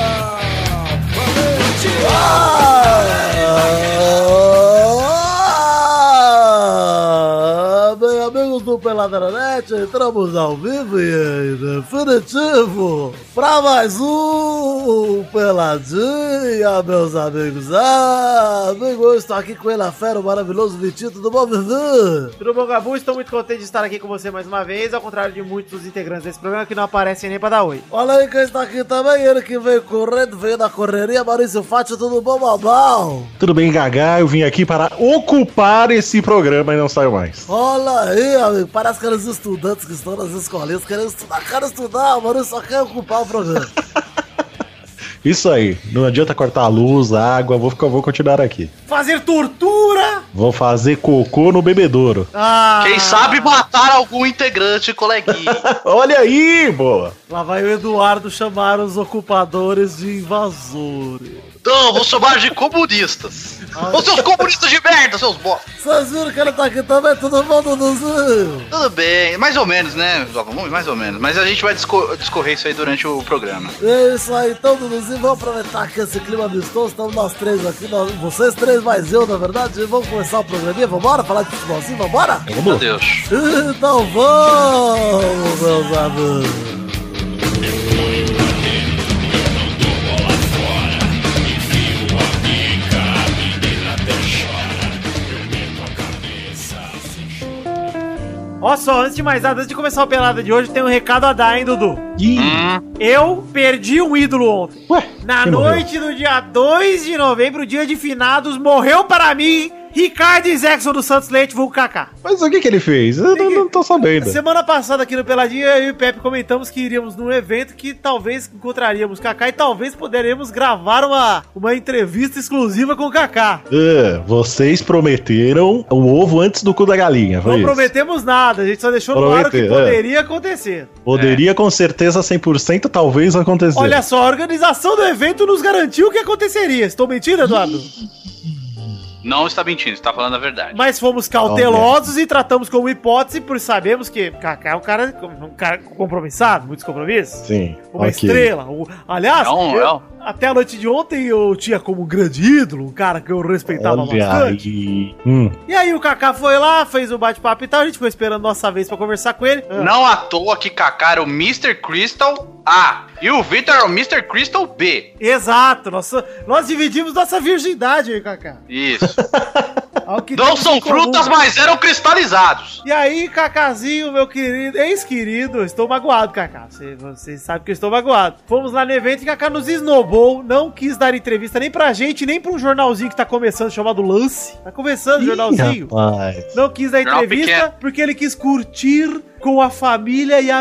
Está valente! Ah, Bem, amigos do Peladranet, entramos ao vivo e em definitivo para mais um Peladinha, meus amigos. Ah, amigo, eu estou aqui com ele, a fera, o maravilhoso Vitinho, tudo bom, Vivi? Tudo bom, Gabu? Estou muito contente de estar aqui com você mais uma vez, ao contrário de muitos dos integrantes desse programa que não aparecem nem pra dar oi. Olha aí quem está aqui também, ele que veio correndo, veio da correria, Maurício Fátio, tudo bom, Babal? Tudo bem, Gagá? Eu vim aqui para ocupar esse programa e não saio mais. Olha aí, amigo, parece que aqueles estudantes que estão nas escolinhas querendo estudar, querem estudar, mano, só quer ocupar o programa. Isso aí. Não adianta cortar a luz, a água. Vou, ficar, vou continuar aqui. Fazer tortura! Vou fazer cocô no bebedouro. Ah, Quem sabe matar algum integrante, coleguinha. Olha aí, boa. Lá vai o Eduardo chamar os ocupadores de invasores. Então, vou chamar de comunistas. Ô, seus comunistas de merda, seus bosta. Vocês viram que ele tá aqui também? Tudo bom, Duduzinho? Tudo bem, mais ou menos, né, Joga? Mais ou menos. Mas a gente vai disco- discorrer isso aí durante o programa. É isso aí, então, Duduzinho, vamos aproveitar que esse clima amistoso, estamos nós três aqui, nós- vocês três mais eu, na verdade, e vamos começar o programinha, vambora? Falar de futebolzinho, vambora? Meu Deus. Então vamos, meus amigos. Ó só, antes de mais nada, antes de começar a pelada de hoje, tem um recado a dar, hein, Dudu? Ih, Hum, Eu perdi um ídolo ontem. ué, Na quem morreu? noite do dia 2 de novembro, dia de finados, morreu para mim Ricardo Zexon do Santos Leite, vulgo Kaká. Mas o que, que ele fez? Eu não, não tô sabendo. Semana passada aqui no Peladinha, eu e o Pepe comentamos que iríamos num evento que talvez encontraríamos Kaká e talvez poderemos gravar uma, uma entrevista exclusiva com o Kaká. Ah, vocês prometeram o ovo antes do cu da galinha, foi Não isso? prometemos nada, a gente só deixou claro que Prometer, é. poderia acontecer. Poderia com certeza 100% talvez acontecer. É. Olha só, a organização do evento nos garantiu que aconteceria. Estou mentindo, Eduardo? não está mentindo, está falando a verdade. Mas fomos cautelosos e tratamos como hipótese, por sabemos que Kaká é um cara, um cara compromissado, muitos compromissos. Sim, Uma ok. estrela. Um- Aliás, É um- eu- é um- até a noite de ontem eu tinha como grande ídolo um cara que eu respeitava Olha bastante. aí. Hum. E aí o Kaká foi lá, fez o bate-papo e tal, a gente ficou esperando nossa vez pra conversar com ele. Ah, Não à toa que Kaká era o Mr. Crystal A e o Victor era o Mr. Crystal B. Exato, nós, nós dividimos nossa virgindade aí, Kaká. Isso. Ao que né? Não temos em são comum. frutas, mas eram cristalizados. E aí, Cacazinho, meu querido, ex-querido, eu estou magoado, Cacá. Você, você sabe que eu estou magoado. Fomos lá no evento e Cacá nos esnobou, não quis dar entrevista nem pra gente, nem pra um jornalzinho que tá começando, chamado Lance. Tá começando o jornalzinho. Rapaz. Não quis dar Jornal entrevista pequeno. porque é- ele quis curtir com a família e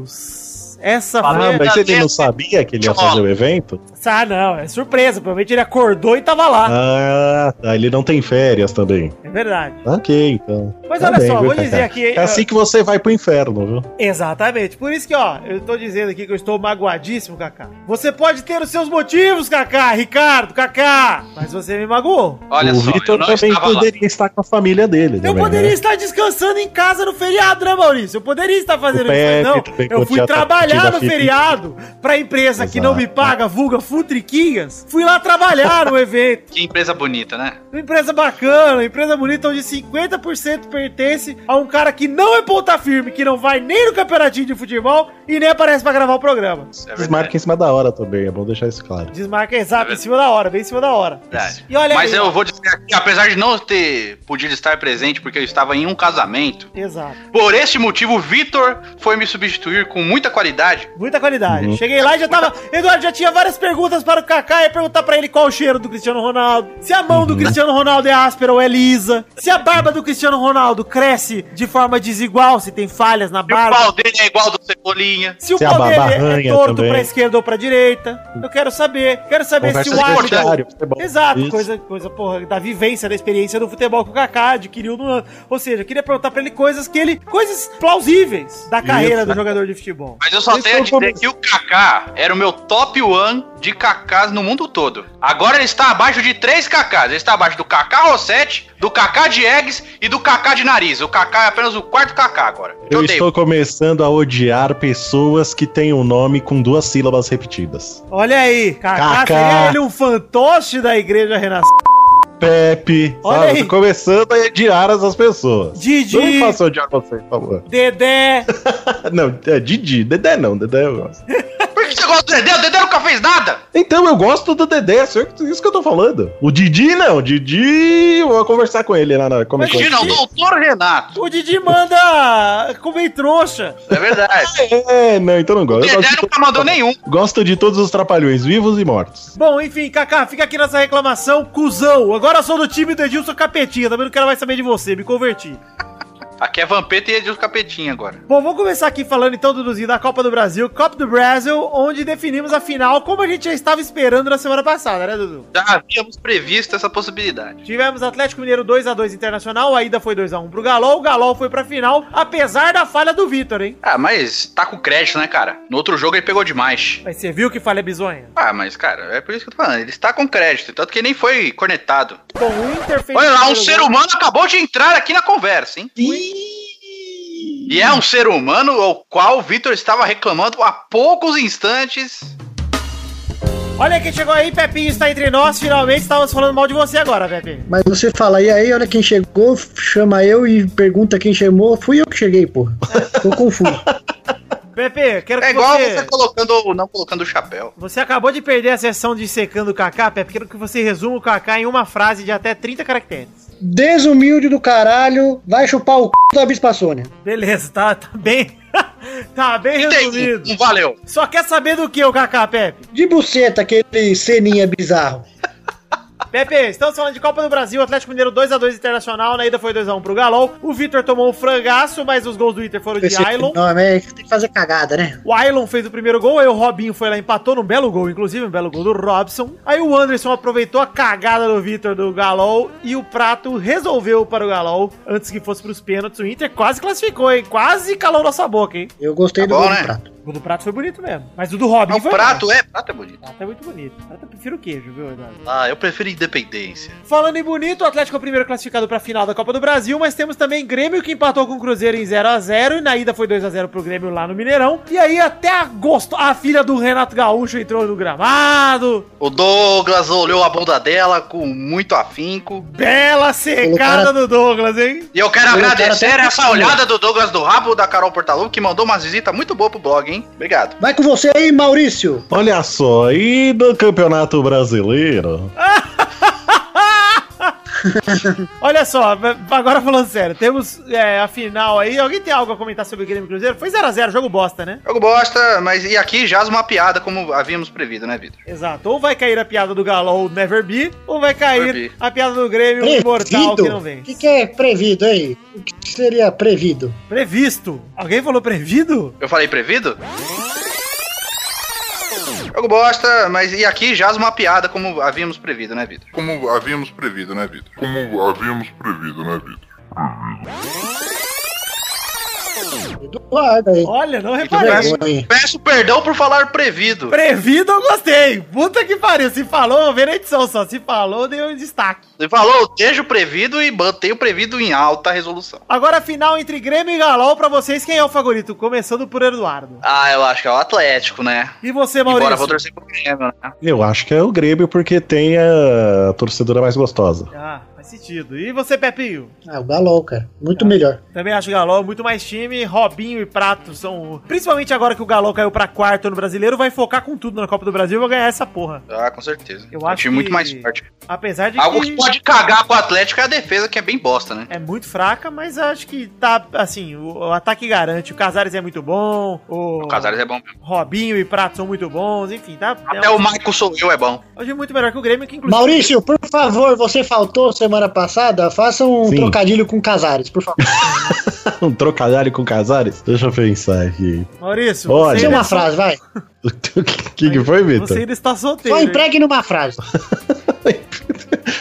amigos. Essa Ah, foi. mas ele não sabia que ele ia fazer o evento? Ah, não, é surpresa. Provavelmente ele acordou e tava lá. Ah, tá, ele não tem férias também. É verdade. Ok, então. Mas Tá olha bem, só, viu, vou Cacá? dizer aqui. É assim que você vai pro inferno, viu? Exatamente. Por isso que, ó, eu tô dizendo aqui que eu estou magoadíssimo, Kaká. Você pode ter os seus motivos, Kaká, Ricardo, Kaká, mas você me magoou. Olha o só, eu Vitor não também estava lá. poderia estar com a família dele. Eu também, poderia né? estar descansando em casa no feriado, né, Maurício? Eu poderia estar fazendo O isso, mas Pepe não. também Eu fui curtia a trabalhar partida no FIFA. feriado pra empresa que não me Exato. paga, vulga Futriquinhas. Fui lá trabalhar no evento. Que empresa bonita, né? Uma empresa bacana, uma empresa bonita, onde 50% pertence a um cara que não é ponta firme, que não vai nem no campeonatinho de futebol e nem aparece pra gravar o programa. Isso é Desmarca verdade. em cima da hora também, é bom deixar isso claro. Desmarca exato, É em cima da hora, bem em cima da hora. Verdade. E olha Mas aí, eu ó. vou dizer aqui, apesar de não ter podido estar presente porque eu estava em um casamento, É. Exato. por este motivo, o Vitor foi me substituir com muita qualidade. Muita qualidade. Uhum. Cheguei lá e já tava. Eduardo já tinha várias perguntas para o Kaká. Ia perguntar pra ele qual o cheiro do Cristiano Ronaldo. Se a mão do Uhum. Cristiano Ronaldo é áspera ou é lisa. Se a barba do Cristiano Ronaldo cresce de forma desigual, se tem falhas na E o barba. pau dele é igual ao do Cebolinha. Se o Se a pau barba dele é arranha torto também. pra esquerda ou pra direita. Eu quero saber. Quero saber se o de árbitro. vestiário, é bom. Exato, Isso. coisa, coisa, porra, da vivência, da experiência do futebol que o Kaká adquiriu no ano. Ou seja, eu queria perguntar pra ele coisas que ele. coisas plausíveis da carreira do jogador de futebol. Mas eu só Eles tenho a estão dizer que o Kaká era o meu top one de Kakás no mundo todo. Agora ele está abaixo de três Kakás. Ele está abaixo do Kaká Rossetti, do Kaká de Eggs e do Kaká de Nariz. O Kaká é apenas o quarto Kaká agora. Eu Então, estou começando a odiar pessoas que têm um nome com duas sílabas repetidas. Olha aí, Kaká, Kaká. seria ele um fantoche da igreja renascida? Pepe, Olha sabe? aí. Tô começando a odiar essas pessoas. Não me Didi, faça odiar você, por favor. Dedé. Não, é Didi, Dedé não, Dedé eu gosto. Por que você gosta do Dedé? O Dedé nunca fez nada. Então eu gosto do Dedé, isso é isso que eu tô falando. O Didi não, o Didi, eu vou conversar com ele lá na Comic Con. Imagina, o doutor Renato. O Didi manda comer trouxa. É verdade. É, não, então não O gosto. Eu Dedé gosto, de nunca mandou nenhum. to- gosto de todos os trapalhões, vivos e mortos. Bom, enfim, Kaká, fica aqui nessa reclamação, cuzão. Agora sou do time do Edilson Capetinha, tá também não quero mais saber de você, me converti. Aqui é Vampeta e Edilson Capetinha agora. Bom, vamos começar aqui falando então, Duduzinho, da Copa do Brasil, Copa do Brasil, onde definimos a final como a gente já estava esperando na semana passada, né, Dudu? Já havíamos previsto essa possibilidade. Tivemos Atlético Mineiro 2x2 Internacional, a ida foi 2x1 pro Galol, o Galol foi pra final, apesar da falha do Vitor, hein? Ah, mas tá com crédito, né, cara? No outro jogo ele pegou demais. Mas você viu que falha bizonha? Ah, mas, cara, é por isso que eu tô falando. Ele está com crédito, tanto que ele nem foi cornetado. Bom, o Inter fez... Olha lá, um primeiro ser gol. humano acabou de entrar aqui na conversa, hein? E é um ser humano ao qual o Vitor estava reclamando há poucos instantes. hum-. Olha quem chegou aí, Pepinho está entre nós, finalmente estávamos falando mal de você agora, Pepinho. Mas você fala, e aí, olha quem chegou, chama eu e pergunta quem chamou. Fui eu que cheguei, porra. Tô confuso. Pepe, quero que É igual você... você colocando ou não colocando o chapéu. Você acabou de perder a sessão de secando o Kaká, Pepe. Quero que você resuma o Kaká em uma frase de até 30 caracteres. Desumilde do caralho, vai chupar o c da Bispa Sônia. Beleza, tá, tá bem. tá bem Tem, resumido. não valeu. Só quer saber do que o Kaká, Pepe? De buceta, aquele ceninha bizarro. Pepe, estamos falando de Copa do Brasil, Atlético Mineiro 2x2 Internacional, na ida foi 2x1 pro Galol. O Vitor tomou um frangaço, mas os gols do Inter foram de Esse Ailon. nome é que tem que fazer cagada, né? O Ailon fez o primeiro gol, aí o Robinho foi lá e empatou num belo gol, inclusive, um belo gol do Robson. Aí o Anderson aproveitou a cagada do Vitor do Galol e o Prato resolveu para o Galol antes que fosse para os pênaltis. O Inter quase classificou, hein? Quase calou nossa boca, hein? Eu Tá gostei do bom, gol né? do prato. O do Prato foi bonito mesmo, mas o do Robinho Não, foi prato mais. é, prato é bonito. O Prato é muito bonito. O Prato eu prefiro o queijo, viu, Eduardo? Ah, eu prefiro independência. Falando em bonito, o Atlético é o primeiro classificado para a final da Copa do Brasil, mas temos também Grêmio que empatou com o Cruzeiro em 0 a 0 e na ida foi 2 a 0 pro Grêmio lá no Mineirão. E aí até agosto a filha do Renato Gaúcho entrou no gramado. O Douglas olhou a bunda dela com muito afinco. Bela secada Colocaram- do Douglas, hein? E eu quero Eu quero agradecer até essa pensar, olhada do Douglas do Rabo, da Carol Portalu, que mandou umas visitas muito boas pro blog, hein? Obrigado. Vai com você aí, Maurício. Olha só, e do Campeonato Brasileiro? Olha só, agora falando sério, temos é, a final aí. Alguém tem algo a comentar sobre o Grêmio e Cruzeiro? Foi 0 a 0 jogo bosta, né? Jogo bosta, mas e aqui jaz uma piada, como havíamos prevido, né, Vitor? Exato. Ou vai cair a piada do Galo, o Never Be, ou vai cair Never Be. a piada do Grêmio, o Imortal, um que não vem. Prevido? O que, que é prevido aí? O que seria prevido? Previsto. Alguém falou prevido? Eu falei prevido? Jogo bosta, mas e aqui jaz uma piada, como havíamos prevido, né, Vitor? Como havíamos prevido, né, Vitor? Como havíamos prevido, né, Vitor? Eduardo aí. Olha, não Que reparei. vergonha. Peço perdão por falar prevido. Prevido eu gostei. Puta que pariu. Se falou, vê na edição só. Se falou, deu um destaque. Ele falou, eu deixo prevido e mantenho prevido em alta resolução. Agora a final entre Grêmio e Galol pra vocês. Quem é o favorito? Começando por Eduardo. Ah, eu acho que é o Atlético, né? E você, Embora Maurício? eu vou torcer pro Grêmio, né? Eu acho que é o Grêmio porque tem a torcedora mais gostosa. Ah, faz sentido. E você, Pepinho? Ah, o Galol, cara. Muito melhor. Também acho o Galol muito mais time. Robinho e Prato são... Principalmente agora que o Galol caiu pra quarto no Brasileiro, vai focar com tudo na Copa do Brasil e vai ganhar essa porra. Ah, com certeza. Eu É um acho time muito que- mais forte. Apesar de Algo que... que pode tá. cagar com o Atlético é a defesa, que é bem bosta, né? É muito fraca, mas acho que tá, assim, o, o ataque garante. O Casares é muito bom, o, O Casares é bom mesmo. Robinho e Prato são muito bons, enfim, tá? Até o Michael sou eu é bom. Hoje é muito melhor que o Grêmio, que inclusive... Maurício, por favor, você faltou semana passada? Faça um Sim. trocadilho com Casares, por favor. um trocadilho com Casares? Deixa eu pensar aqui. Maurício, Olha. Faça ainda, é uma frase, vai. O que, que foi, você Vitor? né? ainda está solteiro. Só hein? empregue numa frase.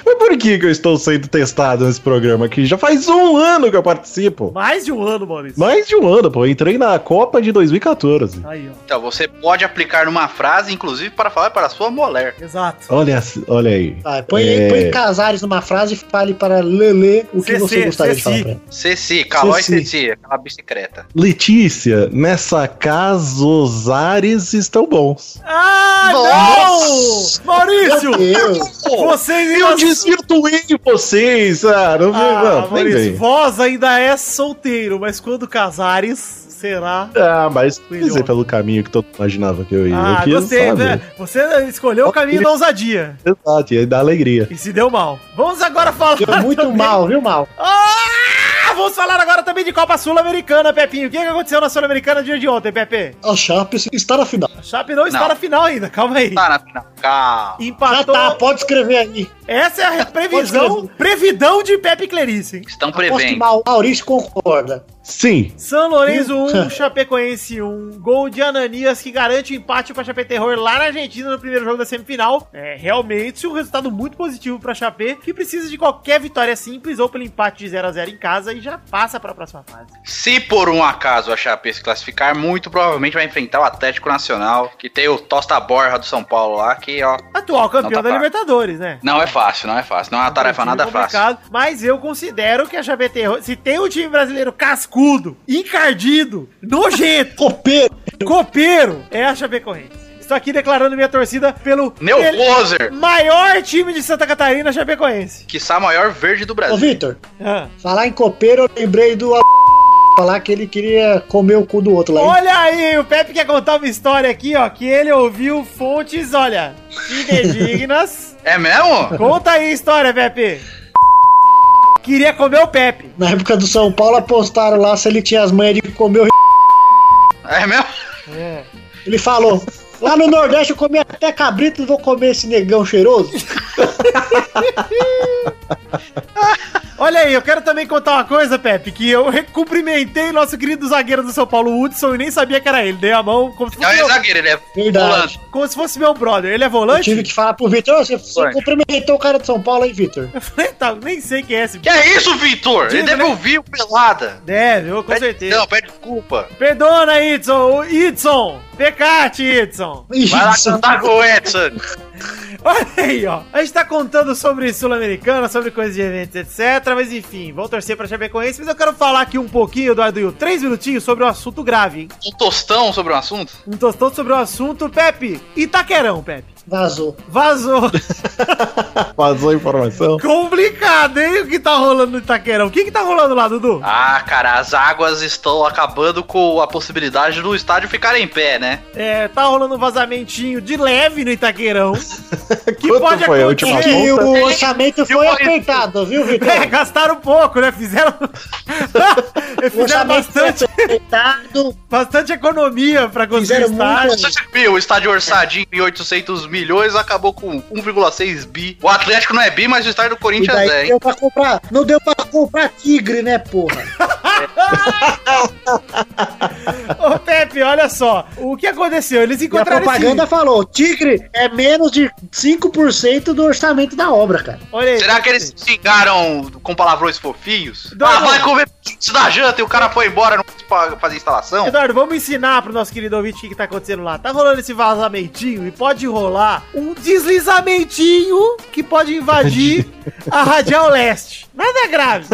Mas por aqui que eu estou sendo testado nesse programa aqui. Já faz um ano que eu participo. Mais de um ano, Maurício. Mais de um ano, pô. Eu Entrei na Copa de 2014. Aí, ó. Então, você pode aplicar numa frase, inclusive, para falar para a sua mulher. Exato. Olha, assim- olha aí. Vai, põe, É. põe Casares numa frase e fale para Lelê o que CC, você gostaria de falar CC. pra ela. Ceci, Calói Ceci. Ceci, aquela bicicleta. Letícia, nessa casa os ares estão bons. Ah, Nossa! não! Maurício! Meu Deus! Vocês Eu ainda... desvirtuei vocês, ah, não, Ah, não, nem Maurício, vem. vós ainda é solteiro, mas quando casares, será... Ah, mas Melhor. dizer pelo caminho que todo mundo imaginava que eu ia. Ah, eu quis, gostei, sabe? né? Você escolheu o caminho da ousadia. Exato, ia dar alegria. E se deu mal. Vamos agora falar. Deu muito também- mal, viu, mal? Ah! Vamos falar agora também de Copa Sul-Americana, Pepinho. O que, que aconteceu na Sul-Americana no dia de ontem, Pepe? A Chape está na final. A Chape não está Não. na final ainda, calma aí. Tá na final. Calma. Já Empatou. tá, pode escrever aí. Essa é a previsão, escrever. previdão de Pepe Clarice, hein? Estão Aposto que prevendo. Mau- Maurício concorda. Sim, São Lourenço 1, Chapecoense 1. Gol de Ananias que garante o empate para Chapé Terror lá na Argentina no primeiro jogo da semifinal. É realmente um resultado muito positivo para Chapé, que precisa de qualquer vitória simples ou pelo empate de 0 a 0 em casa e já passa para a próxima fase. Se por um acaso a Chape se classificar, muito provavelmente vai enfrentar o Atlético Nacional, que tem o Tosta Borra do São Paulo lá, que ó. Atual Não campeão tá da fácil. Libertadores, né? Não é fácil, não é fácil. Não é uma tarefa nada fácil. complicado, Mas eu considero que a Chapé Terror, se tem um time brasileiro cascudo, encardido, nojento, Copeiro, copeiro, é a Chapecoense. Estou aqui declarando minha torcida pelo Neuposer, Maior time de Santa Catarina, Chapecoense. Ah. que está maior verde do ô Brasil. Vitor, falar em copeiro, eu lembrei do a- falar que ele queria comer o cu do outro lá. hein? Olha aí, o Pepe quer contar uma história aqui, ó, que ele ouviu fontes, olha, fidedignas. É mesmo? Conta aí a história, Pepe. Queria comer o Pepe. Na época do São Paulo, apostaram lá se ele tinha as manhas de comer o É mesmo? Ele falou: lá no Nordeste eu comi até cabrito, não vou comer esse negão cheiroso. Olha aí, eu quero também contar uma coisa, Pepe, que eu cumprimentei nosso querido zagueiro do São Paulo, Hudson, e nem sabia que era ele. Dei a mão como se Não fosse, é meu, zagueiro, ele é volante. Verdade. como se fosse meu brother. Ele é Eu volante? tive que falar pro Vitor: "Ô, você, você Volante. cumprimentou o cara de São Paulo aí, Vitor. Eu falei, tá, nem sei quem é esse. Que é isso, Vitor? Ele Diga, deve né? ouvir o pelada. Deve, eu- com Pede- certeza. Não, pede desculpa. Perdona, Idson! O Idson! Pecate, Idson! Ixi, Vai lá São- cantar com o Edson. Olha aí, ó. A gente tá contando sobre Sul-Americana, sobre coisas de eventos, etc. Mas enfim, vou torcer pra Chapecoense. Mas eu quero falar aqui um pouquinho, Eduardo Will, três minutinhos sobre um assunto grave, hein? Um tostão sobre o assunto? Um tostão sobre o assunto, Pepe. Itaquerão, Pepe. Vazou. Vazou. vazou a informação. Complicado, hein? O que tá rolando no Itaquerão? O que que tá rolando lá, Dudu? Ah, cara, as águas estão acabando com a possibilidade do estádio ficar em pé, né? É, tá rolando um vazamentinho de leve no Itaquerão. que Quanto pode foi acontecer. a última E que É, o orçamento foi Maurício? apertado, viu, Vitor? É, gastaram pouco, né? Fizeram. O Fizeram bastante, foi apertado, bastante economia pra construir o Fizeram muito estádio. Você já viu, o estádio orçadinho em 800 milhões acabou com 1,6 bi. O Atlético não é bi, mas o estádio do e Corinthians é, daí hein? deu pra comprar. Não deu pra comprar tigre, né, porra? Ô, Pepe, olha só. O que aconteceu? Eles E a encontraram propaganda falou: tigre é menos de 5% do orçamento da obra, cara. esse... Olha aí, Será Pepe. que eles se xingaram com palavrões fofinhos? Não, ah, não. vai comer pizza da janta e o cara foi embora não quis pa- fazer instalação? Eduardo, vamos ensinar pro nosso querido ouvinte o que, que tá acontecendo lá. Tá rolando esse vazamentinho e pode rolar um deslizamentinho que pode invadir a Radial Leste. Nada grave.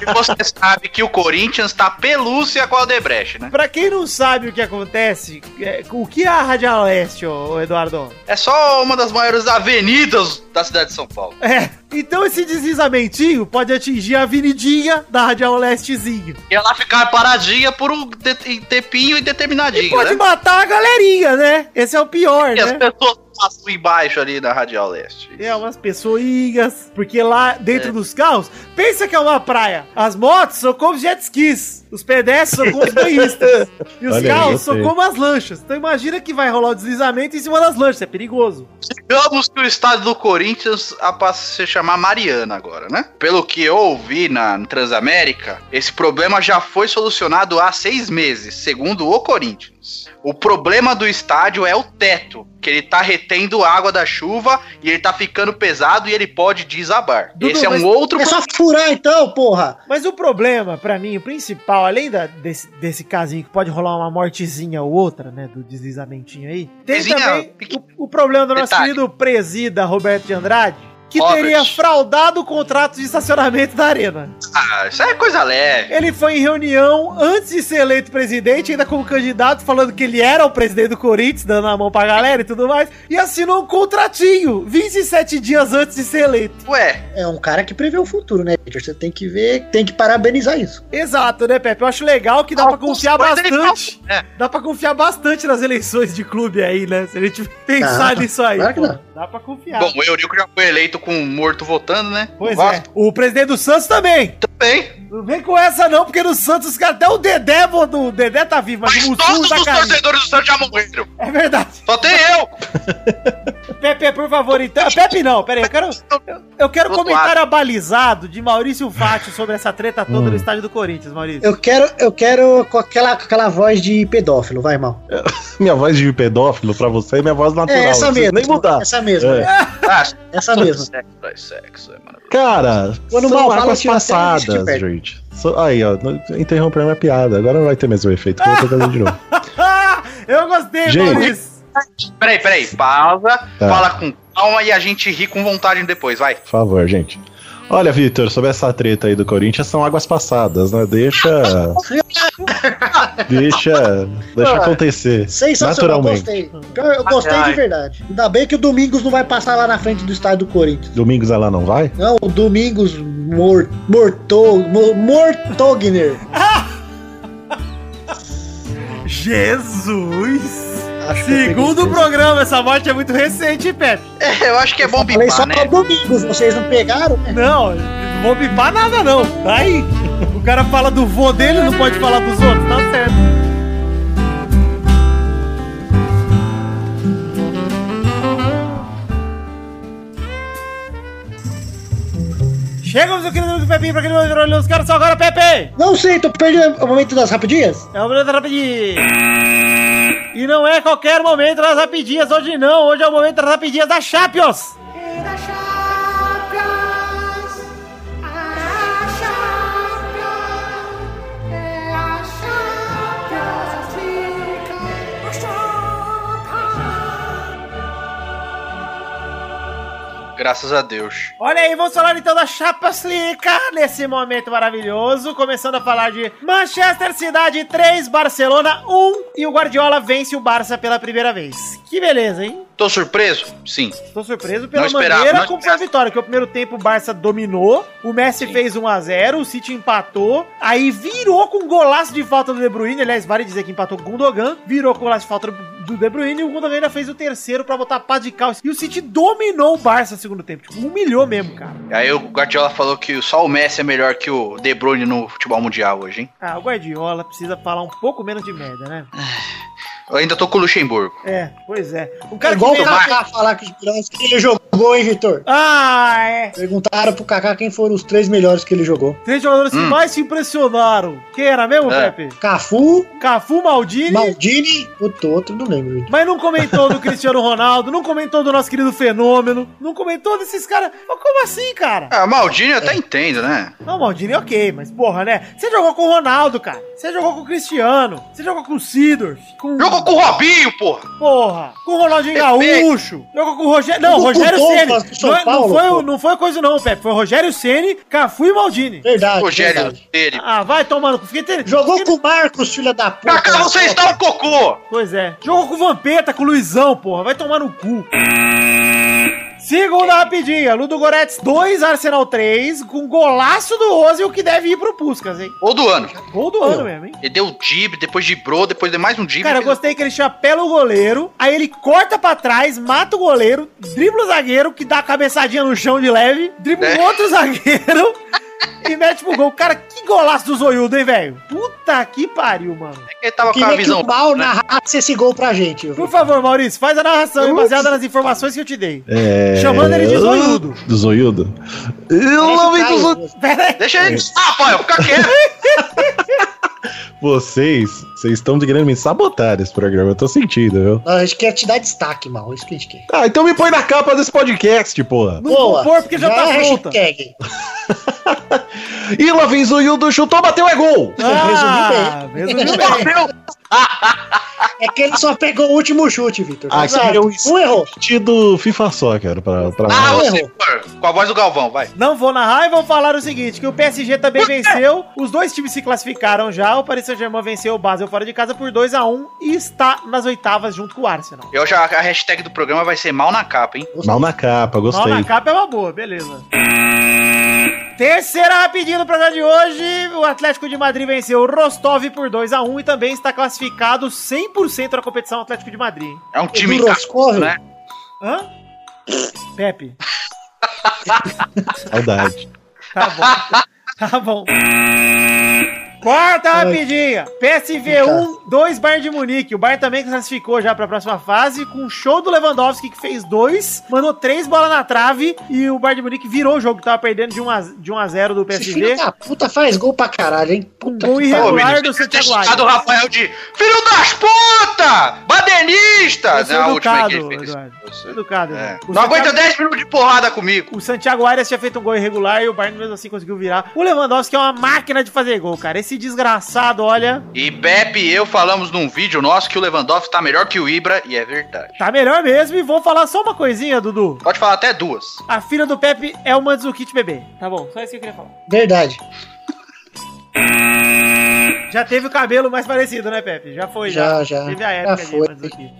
E você sabe que o Corinthians tá pelúcia com a Odebrecht, né? Pra quem não sabe o que acontece, é, o que é a Radial Leste, ô, ô, Eduardo? É só uma das maiores avenidas da cidade de São Paulo. É, então esse deslizamentinho pode atingir a avenidinha da Radial Lestezinho. E ela ficar paradinha por um de- tempinho indeterminadinho, Pode né? matar a galerinha, né? Esse é o pior, E as né? pessoas passam embaixo ali na Radial Leste. É, umas é pessoinhas, porque lá dentro dos carros, pensa que é uma praia. As motos são como jet skis. Os pedestres são como os banhistas. E os Olha aí, carros são gostei. como as lanchas. Então imagina que vai rolar o deslizamento em cima das lanchas. É perigoso. Digamos que o estado do Corinthians a passa a se chamar Mariana agora, né? Pelo que eu ouvi na Transamérica, esse problema já foi solucionado há seis meses, segundo o Corinthians. O problema do estádio é o teto, que ele tá retendo água da chuva e ele tá ficando pesado e ele pode desabar. Dudu, esse é mas um outro É só furar então, porra! Mas o problema, pra mim, o principal, além da- desse, desse casinho que pode rolar uma mortezinha ou outra, né, do deslizamentinho aí, tem Coisinha também pequena. o, o problema do nosso Detalhe. querido presida Roberto de Andrade, que Robert. teria fraudado o contrato de estacionamento da arena. Ah, isso é coisa leve. Ele foi em reunião antes de ser eleito presidente, ainda como candidato, falando que ele era o presidente do Corinthians, dando a mão pra galera e tudo mais, e assinou um contratinho 27 dias antes de ser eleito. Ué, É um cara que prevê o futuro, né, Peter? Você tem que ver, tem que parabenizar isso. Exato, né, Pepe? Eu acho legal que dá pra confiar coisas ele tá bastante. fala, Dá pra confiar bastante nas eleições de clube aí, né? Se a gente pensar Dá, nisso aí. Ah, claro que pô. dá. Dá pra confiar. bom, o Eurico já foi eleito com um morto votando, né? pois Vasco é. O presidente do Santos também. Também. Não vem com essa, não, porque no Santos os caras. Até o Dedé, pô, do- o Dedé tá vivo, mas, Mas o Mussum todos tá os caindo. torcedores do Santos já morreram. É verdade. Só tem eu. Pepe, por favor, então. Pepe, não, peraí, eu quero. Eu quero Outro comentário abalizado de Maurício Fátio sobre essa treta toda no estádio do Corinthians, Maurício. Eu quero, eu quero com aquela, com aquela voz de pedófilo, vai, irmão. Minha voz de pedófilo pra você é minha voz natural. É essa não precisa mesmo. Nem mudar. Essa mesma, É. Ah, essa mesma. Sexo, traz sexo, é maravilhoso. Cara, Quando são mal fala, águas tira até a passadas, gente de perto. gente. So- Aí, ó, não- interrompeu a minha piada. Agora não vai ter mesmo efeito. que Eu vou ter que fazer de novo. Ah, eu gostei, Gente. Maurício. Peraí, peraí, pausa, Tá. fala com calma e a gente ri com vontade depois, vai. Por favor, gente. Olha, Vitor, sobre essa treta aí do Corinthians, são águas passadas, né? Deixa. deixa. Deixa acontecer. Sensacional, Naturalmente. gostei. Eu, eu gostei Ai, ai. de verdade. Ainda bem que o Domingos não vai passar lá na frente do estádio do Corinthians. Domingos ela não vai? Não, o Domingos Mor- Morto, Mor- Mortogner. Jesus! Acho que eu Segundo peguei. programa, essa morte é muito recente, hein, Pepe. É, eu acho que é bom Falei só bipar, pra né? Domingos, vocês não pegaram? né? Não, não vou bipar nada, não. Tá aí. O cara fala do vô dele, não pode falar dos outros, tá certo. Chegamos, meu querido amigo Pepinho, pra aquele momento maravilhoso. Quero só agora, Pepe! Não sei, tô perdendo o momento das rapidinhas? É o momento rapidinho. E não é qualquer momento das rapidinhas, hoje não. Hoje é o momento das rapidinhas da Champions. Era Champions, a Champions, é a Champions, as ligas, o Champions. Graças a Deus. Olha aí, vamos falar então da Champions League nesse momento maravilhoso. Começando a falar de Manchester Cidade 3, Barcelona 1. E o Guardiola vence o Barça pela primeira vez. Que beleza, hein? Tô surpreso? Sim. Tô surpreso pela Não esperava, maneira não como foi a esperava. vitória, que o primeiro tempo o Barça dominou, o Messi fez 1 a 0, o City empatou, aí virou com um golaço de falta do De Bruyne, aliás, vale dizer que empatou com o Gundogan, virou com um golaço de falta do De Bruyne e o Gundogan ainda fez o terceiro pra botar pá de cal. E o City dominou o Barça no segundo tempo, tipo, humilhou mesmo, cara. Aí o Guardiola falou que só o Messi é melhor que o De Bruyne no futebol mundial hoje, hein? Ah, o Guardiola precisa falar um pouco menos de merda, né? Eu ainda tô com o Luxemburgo. É, pois é. Um É cara igual que o vem lá- Kaká falar que os melhores que ele jogou, hein, Vitor? Ah, é. Perguntaram pro Kaká quem foram os três melhores que ele jogou. Três jogadores que Hum. mais se impressionaram. Quem era mesmo, É. Pepe? Cafu, Cafu Maldini. Maldini, o outro, não lembro. Vitor. Mas não comentou do Cristiano Ronaldo, não comentou do nosso querido Fenômeno, não comentou desses caras. Mas como assim, cara? Ah, Maldini eu até entendo, né? Não, Maldini, ok, mas porra, né? Você jogou com o Ronaldo, cara. Você jogou com o Cristiano. Você jogou com o Sidorf. Com... Jogou com o Robinho, porra! Porra. Com o Ronaldinho Perfeito. Gaúcho. Jogou com o Rogério... Não, Jogou com o Rogério Douglas Ceni. do São Não, é- não, Paulo, foi, o- pô. não foi coisa não, Pepe. Foi Rogério Ceni, Cafu e Maldini. Verdade, Rogério É verdade. dele. Ah, vai tomando... Fiquei te... Jogou fiquei- com o Marcos, filha da puta. Cacá, você está um cocô! Pois é. Jogou com o Vampeta, com o Luizão, porra. Vai tomar no cu. Segunda rapidinha. Ludo Goretz 2, Arsenal 3. Com golaço do Ozil que deve ir pro Puskas, hein? Ou do ano. Gol do ano mesmo, hein? Ele deu dib, depois dibrou, depois deu mais um dib. Cara, eu gostei que ele chapela o goleiro, aí ele corta pra trás, mata o goleiro, dribla o zagueiro, que dá a cabeçadinha no chão de leve, dribla um o É. outro zagueiro e mete pro gol. Cara, que golaço do Zoiudo, hein, velho? Puta Puta que pariu, mano. Ele tava com a Queria é que visão. o Bal narrasse esse gol pra gente. Por favor, Maurício, faz a narração hein, baseada nas informações que eu te dei. É... Chamando ele de zoiudo. De zoiudo? Eu lamento Caiu. zo- Pera aí. Deixa ele. Ah, pai, fica quieto. Vocês, vocês estão de querendo me sabotar esse programa, eu tô sentindo, viu? A gente quer é te dar destaque, mal. Isso que a gente quer. Ah, então me põe na capa desse podcast, porra. Não vou pôr porque já, tá é pronta. hashtag. E lá vem Zoiudo, chutou, bateu, é gol! Ah, resumiu bem. É que ele só pegou o último chute, Vitor. Ah, Exato. que eu Não errou. Tido FIFA só, cara, pra... pra... Ah, É. Não, você, errou. com a voz do Galvão, vai. Não vou narrar e vou falar o seguinte, que o PSG também venceu, os dois times se classificaram já, o Paris Saint-Germain venceu o Basel fora de casa por 2 a 1 e está nas oitavas junto com o Arsenal. Eu já, a hashtag do programa vai ser mal na capa, hein? Mal na capa, Mal gostei. na capa é uma boa, beleza. Terceira rapidinho do programa de hoje, o Atlético de Madrid venceu o Rostov por 2 a 1 e também está classificado 100% na competição o Atlético de Madrid. hein? É um time Edu encaixado, Roscoe? né? Hã? Pepe, Saudade. tá bom. Tá bom. Quarta rapidinha. PSV 1, 2 um, Bayern de Munique. O Bayern também classificou já para a próxima fase com o show do Lewandowski que fez dois, mandou três bolas na trave e o Bayern de Munique virou o jogo, que tava perdendo de 1 a, de 1 a 0 do Esse filho PSV. da puta faz gol pra caralho, hein? Puta Um gol que Ô, pariu. irregular. menino, do você tem Santiago chamado o Rafael de filho das puta! Badenista! Eu sou Não, a última é educado, que ele fez. Eduardo. Eu Foi sei. Educado, É. né? O Não aguenta Santiago- 10 minutos de porrada comigo. O Santiago Arias tinha feito um gol irregular e o Bayern mesmo assim conseguiu virar. O Lewandowski é uma máquina de fazer gol, cara. Esse desgraçado, olha, E Pepe e eu falamos num vídeo nosso que o Lewandowski tá melhor que o Ibra, e é verdade. tá melhor mesmo. E vou falar só uma coisinha, Dudu. Pode falar até duas. A filha do Pepe é o Mandzukic bebê. Tá bom, só isso que eu queria falar. Verdade. Já teve o cabelo mais parecido, né, Pepe? Já foi, Já, já. Teve a época Já de foi. Mandzukic.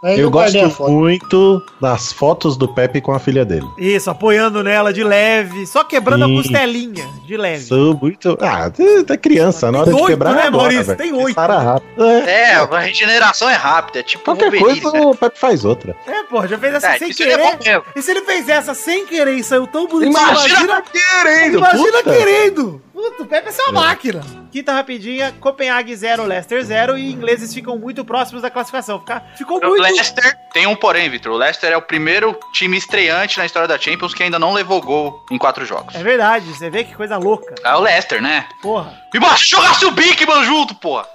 Mas Eu, guardei a gosto foto. muito das fotos do Pepe com a filha dele. Isso, apoiando nela de leve, só quebrando Sim. a costelinha de leve. Sou muito. Ah, tá- tá criança, na hora de É. oito, quebrar né, é agora, Maurício? velho. Tem oito. Sara rápido. É, É, a regeneração é rápida, é tipo Qualquer Wolverine, coisa né? o Pepe faz outra. É, pô, já fez essa É, sem isso ele é querer. bom mesmo. e se ele fez essa sem querer e saiu tão bonito, Imagina querendo, Tá Imagina puta. querendo! Puta, o Pepe é uma máquina! Quinta rapidinha, Copenhague 0, Leicester 0 e ingleses ficam muito próximos da classificação. Fica- ficou O muito... Leicester tem um porém, Vitor. O Leicester é o primeiro time estreante na história da Champions que ainda não levou gol em quatro jogos. É verdade, você vê que coisa louca. É o Leicester, né? Porra, E mas, se jogasse o Bigman junto, porra!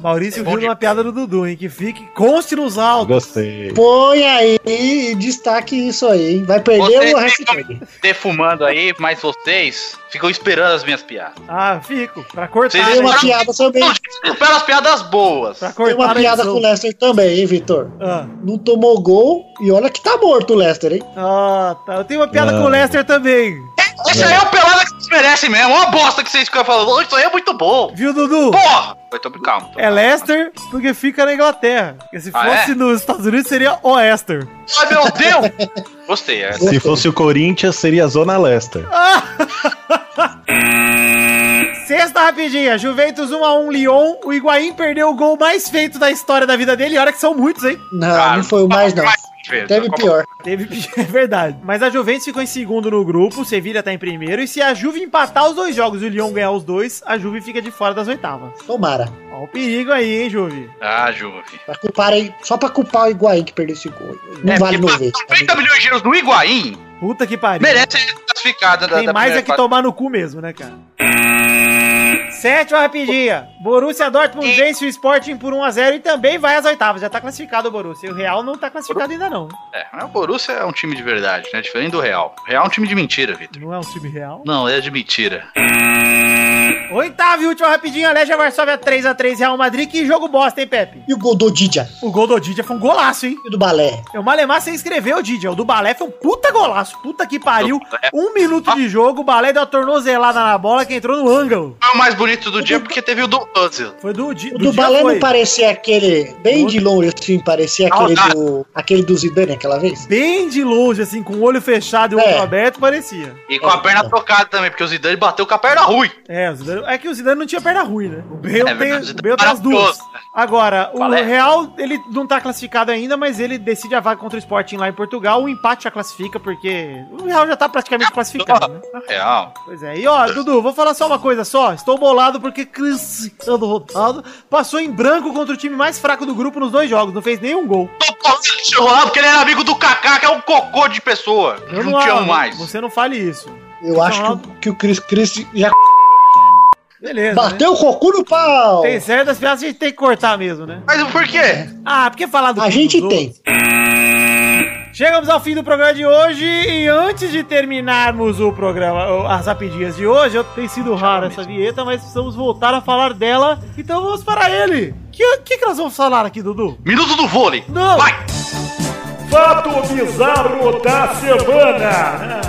Maurício É bom viu de- uma piada do Dudu, hein? Que fique, conste nos autos. Gostei. Põe aí e destaque isso aí, hein? Vai perder Vocês o têm hashtag. Defumando aí, mas vocês ficam esperando as minhas piadas. Ah, fico, pra cortar. Vocês Tem né? uma Agora- piada também. Não, Pelas piadas boas. Pra cortar. Tem uma na piada com edição. o Lester também, hein, Vitor? Ah, Não tomou gol e olha que tá morto o Lester, hein? ah, tá. Eu tenho uma piada Ah. com o Lester também. Isso aí é o pelada que vocês merecem mesmo. Uma bosta que vocês ficam falando. Isso aí é muito bom. Viu, Dudu? Porra! Eu tô calmo. tô É calmo. Leicester porque fica na Inglaterra. Porque se Ah, fosse é? nos Estados Unidos seria Oester. Ai, meu Deus! Gostei, é. Se fosse o Corinthians, seria a Zona Lester. Ah! Sexta rapidinha, Juventus 1x1 Lyon. O Higuaín perdeu o gol mais feito da história da vida dele. E olha que são muitos, hein? Não, Ah, não foi o mais, não. Juventus, Teve Copa- pior. Teve, é verdade. Mas a Juventus ficou em segundo no grupo, o Sevilha tá em primeiro. E se a Juve empatar os dois jogos e o Lyon ganhar os dois, a Juve fica de fora das oitavas. Tomara. Ó o perigo aí, hein, Juve? Ah, Juve. Pra culpar aí, só pra culpar o Higuaín que perdeu esse gol. Não É, vale tá porque 90. passar 90 milhões de euros no Higuaín Puta que pariu. merece né, ser classificado. da- Tem da mais é primeira que tomar no cu mesmo, né, cara? Sétima rapidinha. Borussia Dortmund vence o Sporting por 1x0 e também vai às oitavas. Já tá classificado o Borussia. E o Real não tá classificado ainda, não. É, mas o Borussia é um time de verdade, né? Diferente do Real. O Real é um time de mentira, Vitor. Não é um time real. Não, é de mentira. Oitava e última rapidinha. Legia Varsóvia 3x3 Real Madrid. Que jogo bosta, hein, Pepe? E o gol do Didja O gol do Didia foi um golaço, hein? e do Balé. É O Malemar sem escrever o Didia. O do Balé foi um puta golaço. Puta que pariu. Um minuto de jogo. O Balé deu a tornozelada na bola que entrou no ângulo. Foi é o mais bonito do dia porque teve o do Puzzle. Foi do, Di- O do do Didia Balé foi. não parecia aquele. Bem de longe, assim, parecia aquele Saudade. do. aquele do Zidane aquela vez. Bem de longe, assim, com o olho fechado e o É. outro aberto, parecia. E com a perna trocada também, porque o Zidane bateu com a perna ruim. É, o Zidane, é que o Zidane não tinha perna ruim, né? O Bale É tem, verdade, o Bale tem as duas. maravilhoso. né? Agora, o Qual é? Real, ele não tá classificado ainda, mas ele decide a vaga contra o Sporting lá em Portugal. O empate já classifica, porque o Real já tá praticamente classificado, né? Real. Pois é. E ó, Dudu, vou falar só uma coisa só. Estou bolado porque Cristiano Ronaldo passou em branco contra o time mais fraco do grupo nos dois jogos. Não fez nenhum gol. Tô falando de Ronaldo porque ele era amigo do Kaká, que é um cocô de pessoa. Eu não, te amo ah, mais. Você não fale isso. Eu acho que, o- que o Chris, Chris já Beleza. né? bateu o cocô no pau. Tem certas piadas que a gente tem que cortar mesmo, né? Mas por quê? Ah, porque falar do A cu gente dos tem. Chegamos ao fim do programa de hoje e antes de terminarmos o programa, o- as rapidinhas de hoje, eu- tem sido rara essa vinheta, mas precisamos voltar a falar dela, então vamos para ele. O que, que, que nós vamos falar aqui, Dudu? Minuto do vôlei. Não! Vai! Fato bizarro da semana.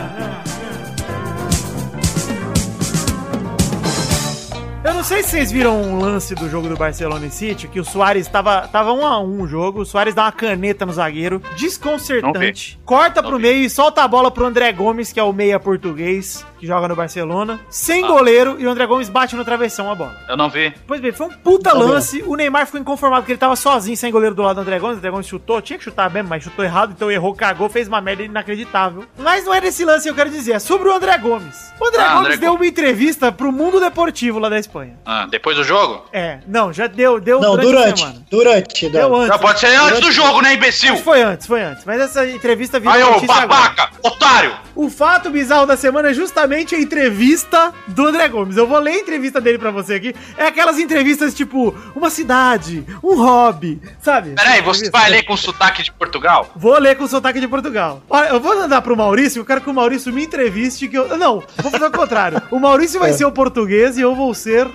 Eu não sei se vocês viram um lance do jogo do Barcelona e City, que o Soares tava, tava um a um o jogo, o Soares dá uma caneta no zagueiro, Não desconcertante, vi. corta Não pro vi. meio e solta a bola pro André Gomes, que é o meia português, que joga no Barcelona, Ah. sem goleiro, e o André Gomes bate no travessão a bola. Eu não vi. Pois bem, foi um puta Tá lance. O Neymar ficou inconformado porque ele tava sozinho, sem goleiro do lado do André Gomes. O André Gomes chutou, tinha que chutar mesmo, mas chutou errado, então errou, cagou, fez uma merda inacreditável. Mas não é desse lance que eu quero dizer, é sobre o André Gomes. O André Ah, Gomes André deu Gomes. uma entrevista pro Mundo Deportivo lá da Espanha. Ah, depois do jogo? É, não, já deu, deu Não, a durante. semana. É Durante. Deu não. antes. Não, pode ser antes do jogo, Acho né, que imbecil? Foi antes, foi antes. Mas essa entrevista virou Aí, ô, notícia agora. babaca, otário! O fato bizarro da semana é justamente a entrevista do André Gomes. Eu vou ler a entrevista dele pra você aqui. É aquelas entrevistas tipo uma cidade, um hobby, sabe? Peraí, você vai ler com sotaque de Portugal? Vou ler com o sotaque de Portugal. Olha, eu vou mandar pro Maurício, eu quero que o Maurício me entreviste que eu... Não, vou fazer o contrário. O Maurício É. vai ser o português e eu vou ser o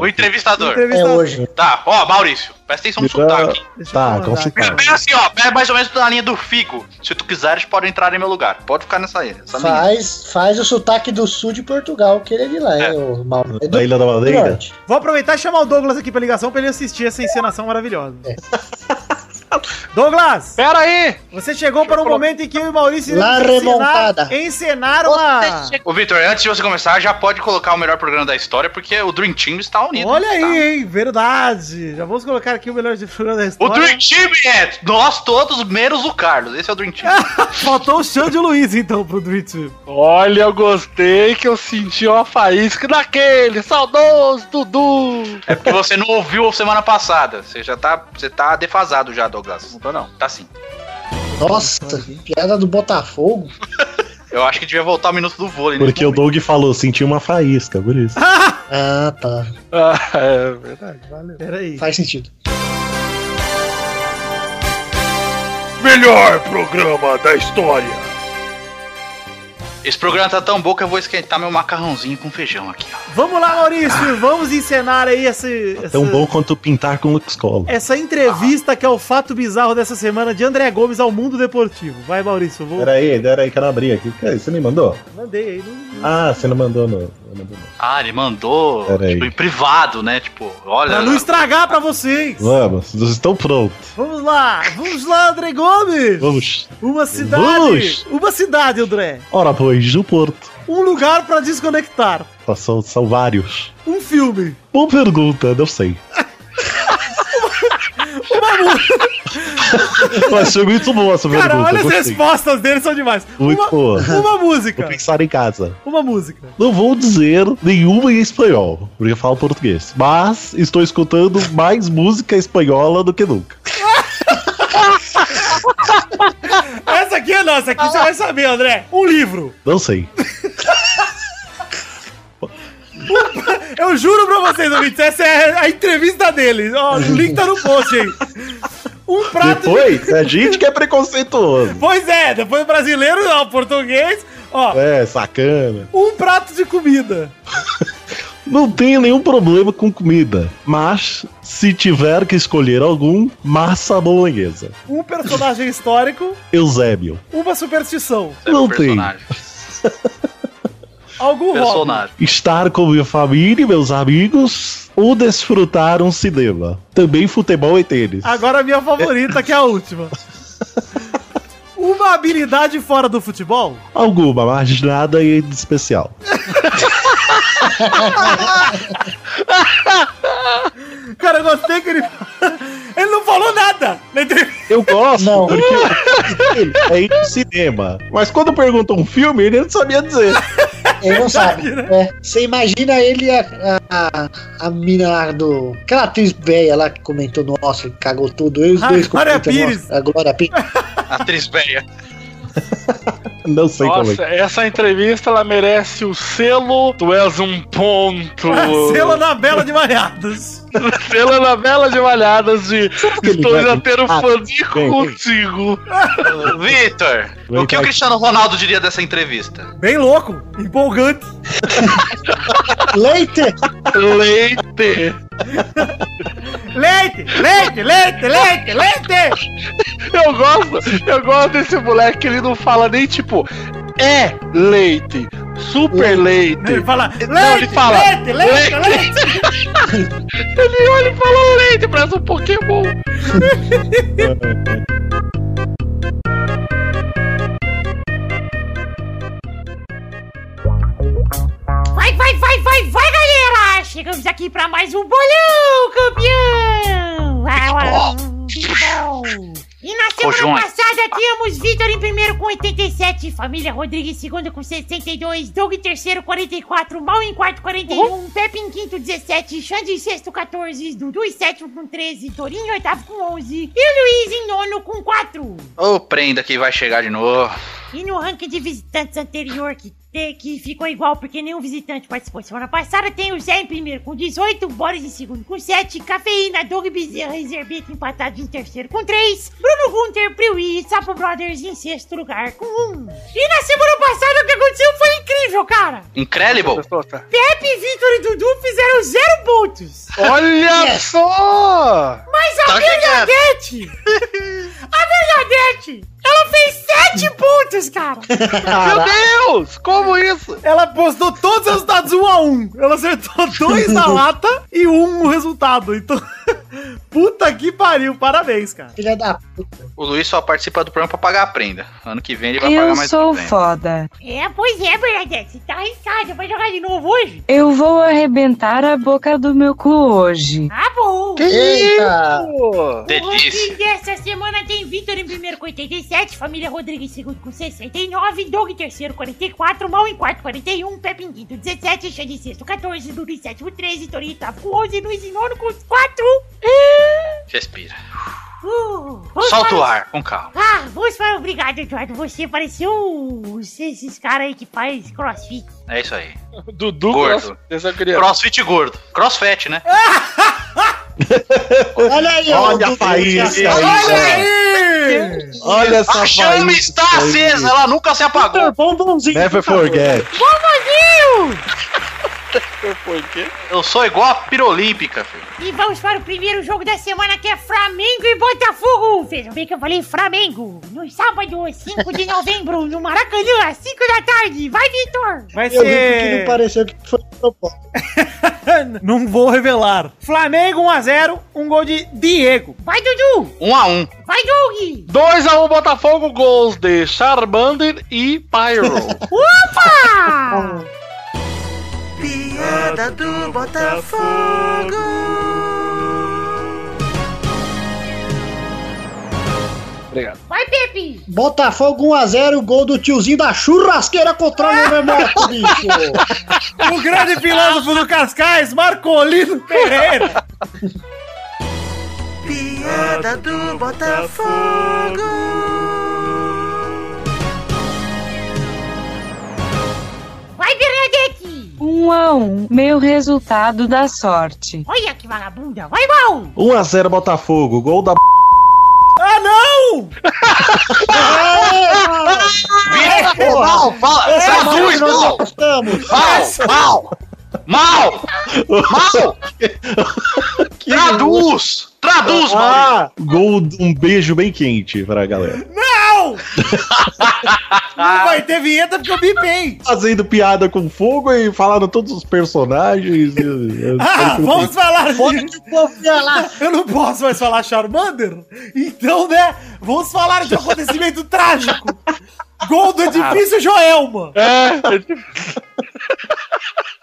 O entrevistador. É entrevistador. hoje. Tá, ó, Maurício, presta atenção no sotaque. hein? Deixa eu Tá, mandar. com É sotaque. bem assim, ó, é mais ou menos na linha do Fico. Se tu quiseres, pode entrar em meu lugar. Pode ficar nessa linha. Essa linha. Faz, faz o sotaque do sul de Portugal, que ele é de lá, é, o Mauro. É do Da Ilha da Madeira? norte. Vou aproveitar e chamar o Douglas aqui pra ligação pra ele assistir essa encenação maravilhosa. É. Douglas, Pera aí! você chegou para um momento em que eu e Maurício Lá iremos encenar- remontada. encenar uma... Ô, Vitor, antes de você começar, já pode colocar o melhor programa da história, porque o Dream Team está unido. Olha aí, tá? hein? Verdade. Já vamos colocar aqui o melhor de programa da O história. Dream Team é nós todos, menos o Carlos. Esse é o Dream Team. Faltou o Xande Luiz, então, pro Dream Team. Olha, eu gostei que eu senti uma faísca daquele. Saudoso, Dudu. É porque você não ouviu semana passada. Você já tá, você tá defasado já, Douglas. Não tô não. Tá sim. Nossa, piada do Botafogo. Eu acho que devia voltar o minuto do vôlei. né? Porque o Doug falou, senti uma faísca, por isso. Ah, tá. Ah, é verdade, valeu. Peraí. Faz sentido. Melhor programa da história. Esse programa tá tão bom que eu vou esquentar meu macarrãozinho com feijão aqui, ó. Vamos lá, Maurício. Vamos encenar aí esse, essa, Tá É, Tão bom quanto pintar com Lux Cola. essa entrevista que é o fato bizarro dessa semana de André Gomes ao Mundo Deportivo. Vai, Maurício. Eu vou... Peraí, peraí, quero abrir aqui. Peraí, Você me mandou? Mandei aí. não- Ah, você não mandou, não. Não mandou, não. Ah, ele mandou Pera aí. tipo, em privado, né? Tipo, olha. Tá Pra não estragar pra vocês. Vamos, estou pronto. Vamos lá. Vamos lá, André Gomes. Vamos. Uma cidade. Vamos. Uma cidade, André. Ora, pois, do Porto. Um lugar pra desconectar. Ah, São, são vários. Um filme. Boa pergunta, não sei. Eu achei muito boa essa Cara, pergunta. olha as gostei. respostas dele são demais. Muito Uma, boa. uma Vou música. pensar em casa. Uma música. Não vou dizer nenhuma em espanhol, porque eu falo português. Mas estou escutando mais música espanhola do que nunca. Essa aqui é nossa, aqui você vai saber, André. Um livro. Não sei. Eu juro pra vocês, ouvintes, essa é a entrevista dele. Ó, o link tá no post aí. Um prato de... Depois, a gente que é preconceituoso. Pois é, depois brasileiro, não, português. Ó, É, sacana. um prato de comida. Não tenho nenhum problema com comida. Mas, se tiver que escolher algum, massa bolonhesa. Um personagem histórico. Eusébio. Uma superstição. não tem. é um personagem. Algum hobby. Personagem. Estar com minha família e meus amigos ou desfrutar um cinema. Também futebol e tênis. Agora a minha favorita, que é a última. Uma habilidade fora do futebol? Alguma, mas nada de especial. Cara, eu gostei que ele. Ele não falou nada na entrevista. Eu gosto, Não. porque eu- é ir no cinema. Mas quando perguntam um filme, ele não sabia dizer. Ele não sabe. Verdade, né? Você imagina ele, a, a, a mina lá do. Aquela atriz velha lá que comentou no Oscar, que cagou tudo. Eu e os Ah, dois Glória comentando no Pires. Oscar, A Glória Pires. Atriz velha. Não sei como é. Nossa, essa entrevista ela merece o selo. Tu és um ponto. Selo na Bela de Malhados. Selo na bela de malhadas de que ele estou vai- já um tendo Ah, fanico vem, vem. contigo. Vitor, Vem o que cá. o Cristiano Ronaldo diria dessa entrevista? Bem louco, empolgante. Leite! Leite. Leite, leite, leite, leite, leite. Eu gosto, eu gosto desse moleque que ele não fala nem tipo é leite, super Ele leite. fala, leite, Não, ele fala, leite, leite, leite. Ele olha e fala leite, parece um Pokémon. Vai, vai, vai, vai, vai, galera! Chegamos aqui pra mais um bolão, campeão! Au, au, au. E na semana Rojões. passada tínhamos Vitor em primeiro com 87, Família Rodrigues em segundo com 62, Doug em terceiro 44, Mal em quarto 41, Pepe em quinto 17, Xande em sexto 14, Dudu em sétimo com 13, Torinho em oitavo com 11 e Luiz em nono com 4. Ô, prenda que vai chegar de novo. E no ranking de visitantes anterior, que, te- que ficou igual porque nenhum visitante participou semana passada, tem o Zé em primeiro com 18, Boris em segundo com 7, Cafeína, Doug Bezerra e Zerbeto empatados em terceiro com 3, Bruno Gunter, Priui e Sapo Brothers em sexto lugar com 1. E na semana passada o que aconteceu foi incrível, cara! Incredible. Pepe, Vitor e Dudu fizeram zero pontos! Olha Yes. só! Mas a Tá chegando. Bernadette... a Bernadette, ela fez 7 pontos, cara! Meu Deus! Como isso? Ela postou todos os resultados um a um. Ela acertou dois na lata e um no resultado. Então, puta que pariu, parabéns, cara. Filha da puta. O Luiz só participa do programa pra pagar a prenda. Ano que vem ele vai pagar Eu mais sou uma prenda. foda. É, pois é, Bernadette, tá arriscado, vai jogar de novo hoje? Eu vou arrebentar a boca do meu cu hoje. Ah, bom! Eita! O ranking Delícia. dessa semana tem Vitor em primeiro com 87, Família Rodrigues em segundo com 69, Doug em terceiro 44, Mal em quarto 41, Pepe em quinto 17, Xande em sexto 14, Dudu em sétimo 13, Torinho em oitavo com 11, Luiz em nono com 4. Respira. Uh, vamos Solta para- o ar, com calma. Ah, vamos para... Obrigado, Eduardo, você pareceu os- esses caras aí que faz crossfit. É isso aí. Dudu Gordo. Cross- Essa criança. Crossfit gordo. Crossfit, né? Olha aí, ó, Olha o a Dudu faísca já- aí, aí! ó. Olha essa É. A chama faísca está aí. acesa, ela nunca se apagou. Bombonzinho. Never forget. Eu sou igual a pirolímpica, filho. E vamos para o primeiro jogo da semana que é Flamengo e Botafogo. Vejam bem que eu falei Flamengo. No sábado, 5 de novembro, no Maracanã, às 5 da tarde. Vai, Vitor! Vai Eu vi porque ser. não pareceu que foi propósito. Não vou revelar. Flamengo 1x0, um gol de Diego. Vai, Dudu! Um a um. Vai, Doug! 2x1 Botafogo, gols de Charmander e Pyro. Opa! Obrigado. Vai, Pepe! Botafogo 1x0, gol do tiozinho da churrasqueira contra o Neymar, bicho. O grande filósofo do Cascais, Marcolino Pereira. Vai, Bernadette! Um a um, meu resultado da sorte. Olha que vagabunda! Vai, Mal! 1x0 Botafogo, gol da. Ah, não! Vira. Porra, Mal, fala. Traduz, mal. Estamos. Mal, mal. Mal. Mal. Traduz. Traduz, mal. Ah, gol, de um beijo bem quente pra galera. Não! Não vai ter vinheta porque eu bipei. Fazendo piada com fogo e falaram todos os personagens. e- e- Ah, vamos falar de... O povo ia lá. Eu não posso mais falar Charmander? Então, né, vamos falar de um acontecimento trágico. Gol do edifício Joelma. É,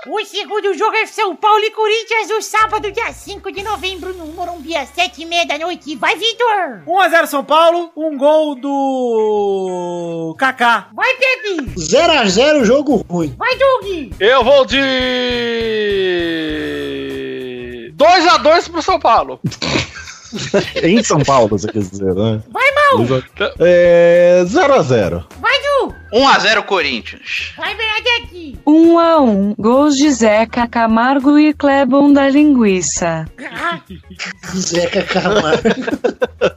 O segundo jogo é São Paulo e Corinthians no sábado, dia 5 de novembro, no Morumbi, às 7h30 da noite. Vai, Vitor! 1x0 São Paulo, um gol do. Kaká. Vai, Pepe! 0x0, jogo ruim. Vai, Doug! Eu vou de. 2x2 pro São Paulo. em São Paulo, você quer dizer, né? Vai, Mal! É. 0x0. Vai, Du! 1x0 Corinthians. Vai, Bernadette! 1 a 1 Gols de Zeca Camargo e Clebon da Linguiça. Ah, Zeca Camargo.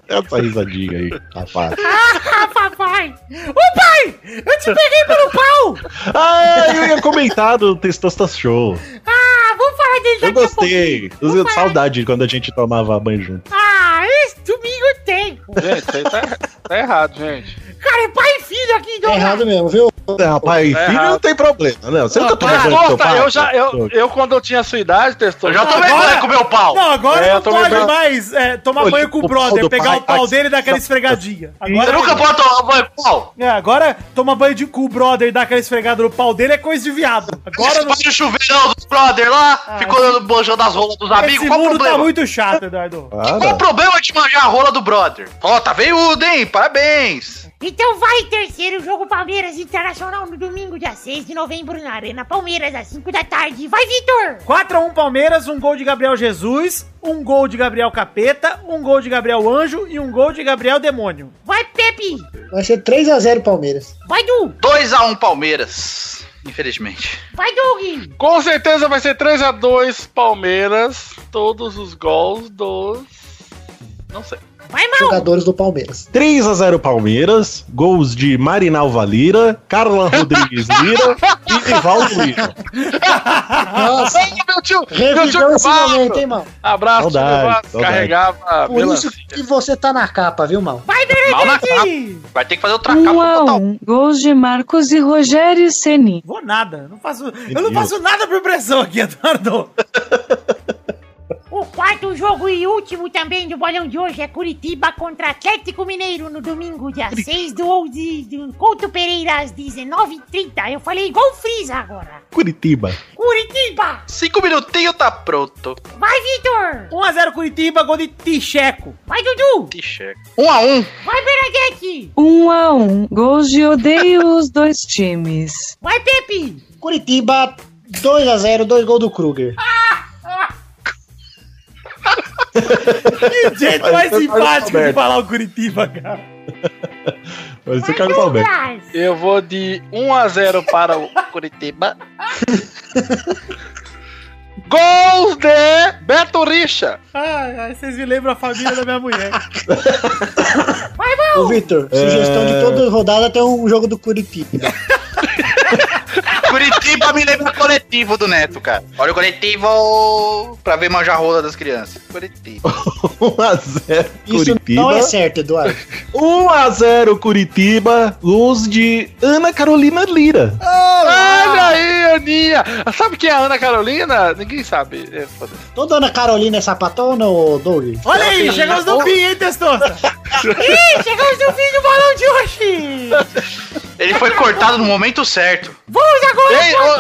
Então Essa risadinha aí, rapaz. ah, papai! Ô, pai! Eu te peguei pelo pau! Ah, eu ia comentar do Testosta Show. Ah, vou falar dele Eu daqui a pouquinho. gostei. Eu Vou sinto parar. saudade de quando a gente tomava banho junto. Ah, esse domingo tem. Gente, isso aí tá, tá errado, gente. Cara, é pai e filho aqui, É Doug! errado mesmo, viu? É, rapaz, Tá filho errado. não tem problema, né? Você nunca Não, tomou tá, banho com seu tosta, pai? eu já. Eu, eu, quando eu tinha a sua idade, testou. Eu já tomei Agora- banho com meu pau. Não, agora É, não eu tô me pode lembrando. mais é, tomar Olha, banho com o o pau brother, do pegar pai, o pau tá- dele e dar aquela esfregadinha. Você Agora, nunca pode tomar banho com pau. é, agora toma banho de, com o brother e dar aquela esfregada no pau dele é coisa de viado. Agora Esse não. pai do chuveirão dos brother lá, ficou dando bojão das rolas dos amigos. Esse Qual o mundo tá problema? muito chato, Eduardo. Qual o Para. problema de manjar a rola do brother? Ó, tá veiudo, hein? Parabéns. Então vai, terceiro jogo Palmeiras Internacional no domingo, dia 6 de novembro, na Arena Palmeiras, às 5 da tarde. Vai, Vitor! 4x1 Palmeiras, um gol de Gabriel Jesus, um gol de Gabriel Capeta, um gol de Gabriel Anjo e um gol de Gabriel Demônio. Vai, Pepe! Vai ser 3x0 Palmeiras. Vai, Du! 2x1 Palmeiras. Infelizmente. Vai, Doug! Com certeza vai ser 3x2 Palmeiras. Todos os gols dos. Não sei. Vai, Mal! Jogadores do Palmeiras. 3x0 Palmeiras, gols de Marinal Valira, Carla Rodrigues Lira e Rivaldo Lira. Nossa, Ah, meu tio! Meu tio revisou esse momento, hein, Cubado! mal. Abraço, tio Saudade, Cubado. saudade. Carregava. Por isso melancia. que você tá na capa, viu, mal? Mal Vai, na Bernadette! capa. Vai ter que fazer o tracapa 1 pra a botar o 1 Gols de Marcos e Rogério Ceni. Vou nada, não faço, eu não Deus. faço nada por pressão aqui, Eduardo. O quarto jogo e último também do bolão de hoje é Curitiba contra Atlético Mineiro no domingo, dia 6 do 11 do Couto Pereira às 19h30. Eu falei igual o Freeza agora. Curitiba. Curitiba! Cinco minutinhos tá pronto. Vai, Vitor! 1x0 Curitiba, gol de Ticheco. Vai, Dudu! Que chega. Um a um. Vai, Bernadette! 1 a 1 Gols de odeio os dois times. Vai, Pepe! Curitiba, 2x0, dois gols do Kruger. Que jeito mais Vai ser simpático de Roberto. falar o Curitiba, cara. Vai ser Vai, Carlos Alberto. Douglas! Eu vou de 1x0 para o Curitiba. Gols de Beto Richa. Ai, ai, vocês me lembram a família da minha mulher. Ô, Vitor, sugestão de toda rodada tem um jogo do Curitiba. Curitiba me lembra coletivo do Neto, cara. Olha o coletivo pra ver manjar a rola das crianças. Curitiba. 1x0 Isso Curitiba. não é certo, Eduardo. 1x0 Curitiba, gols de Ana Carolina Lira. Olha aí, Aninha. Sabe quem é a Ana Carolina? Ninguém sabe. É, foda-se. Toda Ana Carolina é sapatona ou Doug? Olha aí, chegamos no fim, hein, Testosta? Ih, chegamos no fim do bolão de hoje! Ele foi cortado no momento certo. Vamos agora Ei, com, ô,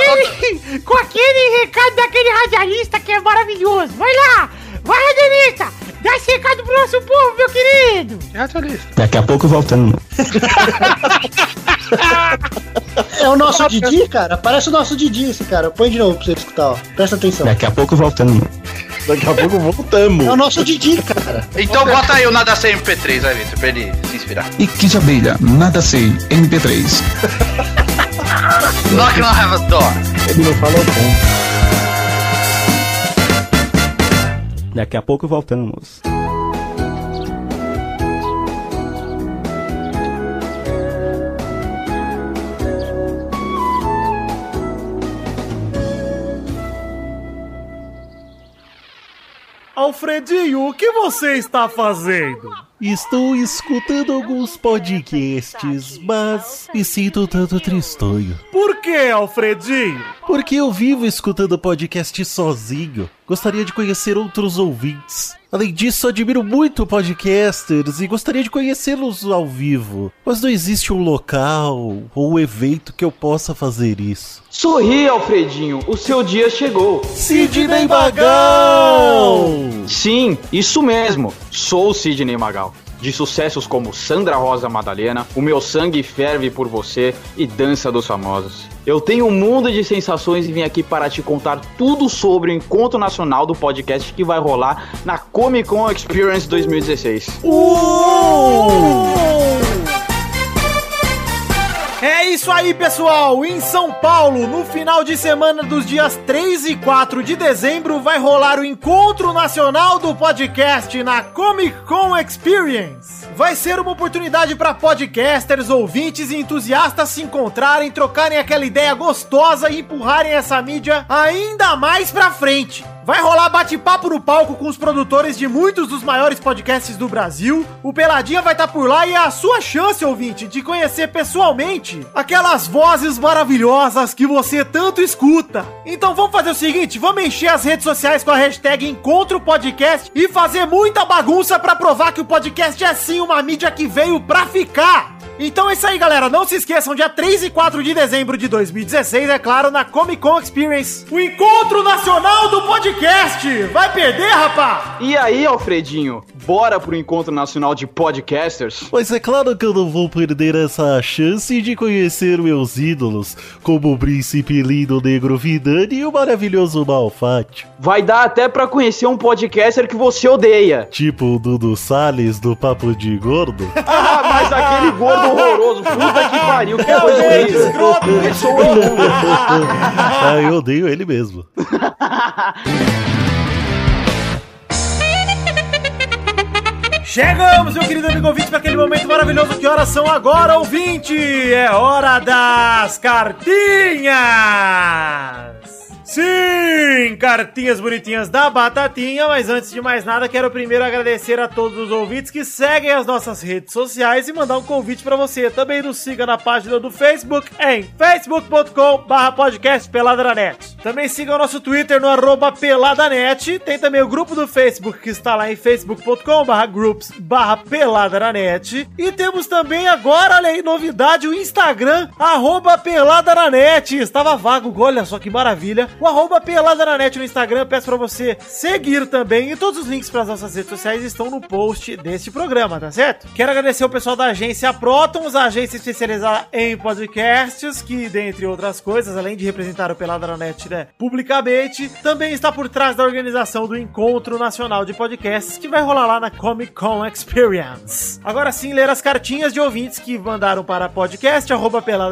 aquele, com aquele recado daquele radialista que é maravilhoso. Vai lá! Vai, radialista! Dá esse recado pro nosso povo, meu querido! Que radialista. Daqui a pouco voltando. É o nosso Didi, cara. Parece o nosso Didi esse cara. Põe de novo pra você escutar, ó. Presta atenção. a pouco voltando. Daqui a pouco voltamos. É o nosso Didi, cara. Então bota aí o Nada Sem MP3 aí, Vitor, pra ele se inspirar. E que de abelha, nada sei, MP3. Knock on Heaven's Door. Ele não fala bom. Daqui a pouco voltamos. Alfredinho, o que você está fazendo? Estou escutando alguns podcasts, mas me sinto um tanto tristonho. Por que, Alfredinho? Porque eu vivo escutando podcast sozinho. Gostaria de conhecer outros ouvintes. Além disso, admiro muito podcasters e gostaria de conhecê-los ao vivo. Mas não existe um local ou um evento que eu possa fazer isso. Sorri, Alfredinho, o seu dia chegou. Sidney Magal! Sim, isso mesmo, sou o Sidney Magal. De sucessos como Sandra Rosa Madalena, O Meu Sangue Ferve por Você e Dança dos Famosos. Eu tenho um mundo de sensações e vim aqui para te contar tudo sobre o encontro nacional do podcast que vai rolar na Comic Con Experience 2016. Uh! É isso aí, pessoal! Em São Paulo, no final de semana dos dias 3 e 4 de dezembro, vai rolar o Encontro Nacional do Podcast na Comic Con Experience. Vai ser uma oportunidade para podcasters, ouvintes e entusiastas se encontrarem, trocarem aquela ideia gostosa e empurrarem essa mídia ainda mais pra frente. Vai rolar bate-papo no palco com os produtores de muitos dos maiores podcasts do Brasil. O Peladinha vai estar por lá e é a sua chance, ouvinte, de conhecer pessoalmente aquelas vozes maravilhosas que você tanto escuta. Então vamos fazer o seguinte, vamos encher as redes sociais com a hashtag Encontro Podcast e fazer muita bagunça pra provar que o podcast é sim uma mídia que veio pra ficar. Então é isso aí, galera. Não se esqueçam, dia 3 e 4 de dezembro de 2016, é claro, na Comic Con Experience. O encontro nacional do podcast! Vai perder, rapá? E aí, Alfredinho, bora pro Encontro Nacional de Podcasters? Mas é claro que eu não vou perder essa chance de conhecer meus ídolos, como o príncipe lindo negro Vidani e o maravilhoso Malfátio. Vai dar até pra conhecer um podcaster que você odeia. Tipo o Dudu Salles do Papo de Gordo. Ah, mas aquele gordo horroroso, puta que pariu, que Tá coisa horrível. ah, eu odeio ele mesmo. Chegamos, meu querido amigo ouvinte, para aquele momento maravilhoso. Que horas são agora, ouvinte? É hora das cartinhas! Sim, cartinhas bonitinhas da Batatinha, mas antes de mais nada, quero primeiro agradecer a todos os ouvintes que seguem as nossas redes sociais e mandar um convite para você. Também nos siga na página do Facebook em facebook.com/barra podcast Peladranet. Também siga o nosso Twitter no arroba Peladanet. Tem também o grupo do Facebook que está lá em facebook.com/barra groups barra Peladanet. E temos também agora, olha aí, novidade, o Instagram, arroba Peladanet. Estava vago, olha só que maravilha. O arroba Peladananet no Instagram, eu peço para você seguir também. E todos os links para as nossas redes sociais estão no post deste programa, tá certo? Quero agradecer o pessoal da agência Protons, a agência especializada em podcasts, que, dentre outras coisas, além de representar o Peladranet né, publicamente, também está por trás da organização do Encontro Nacional de Podcasts, que vai rolar lá na Comic Con Experience. Agora sim, ler as cartinhas de ouvintes que mandaram para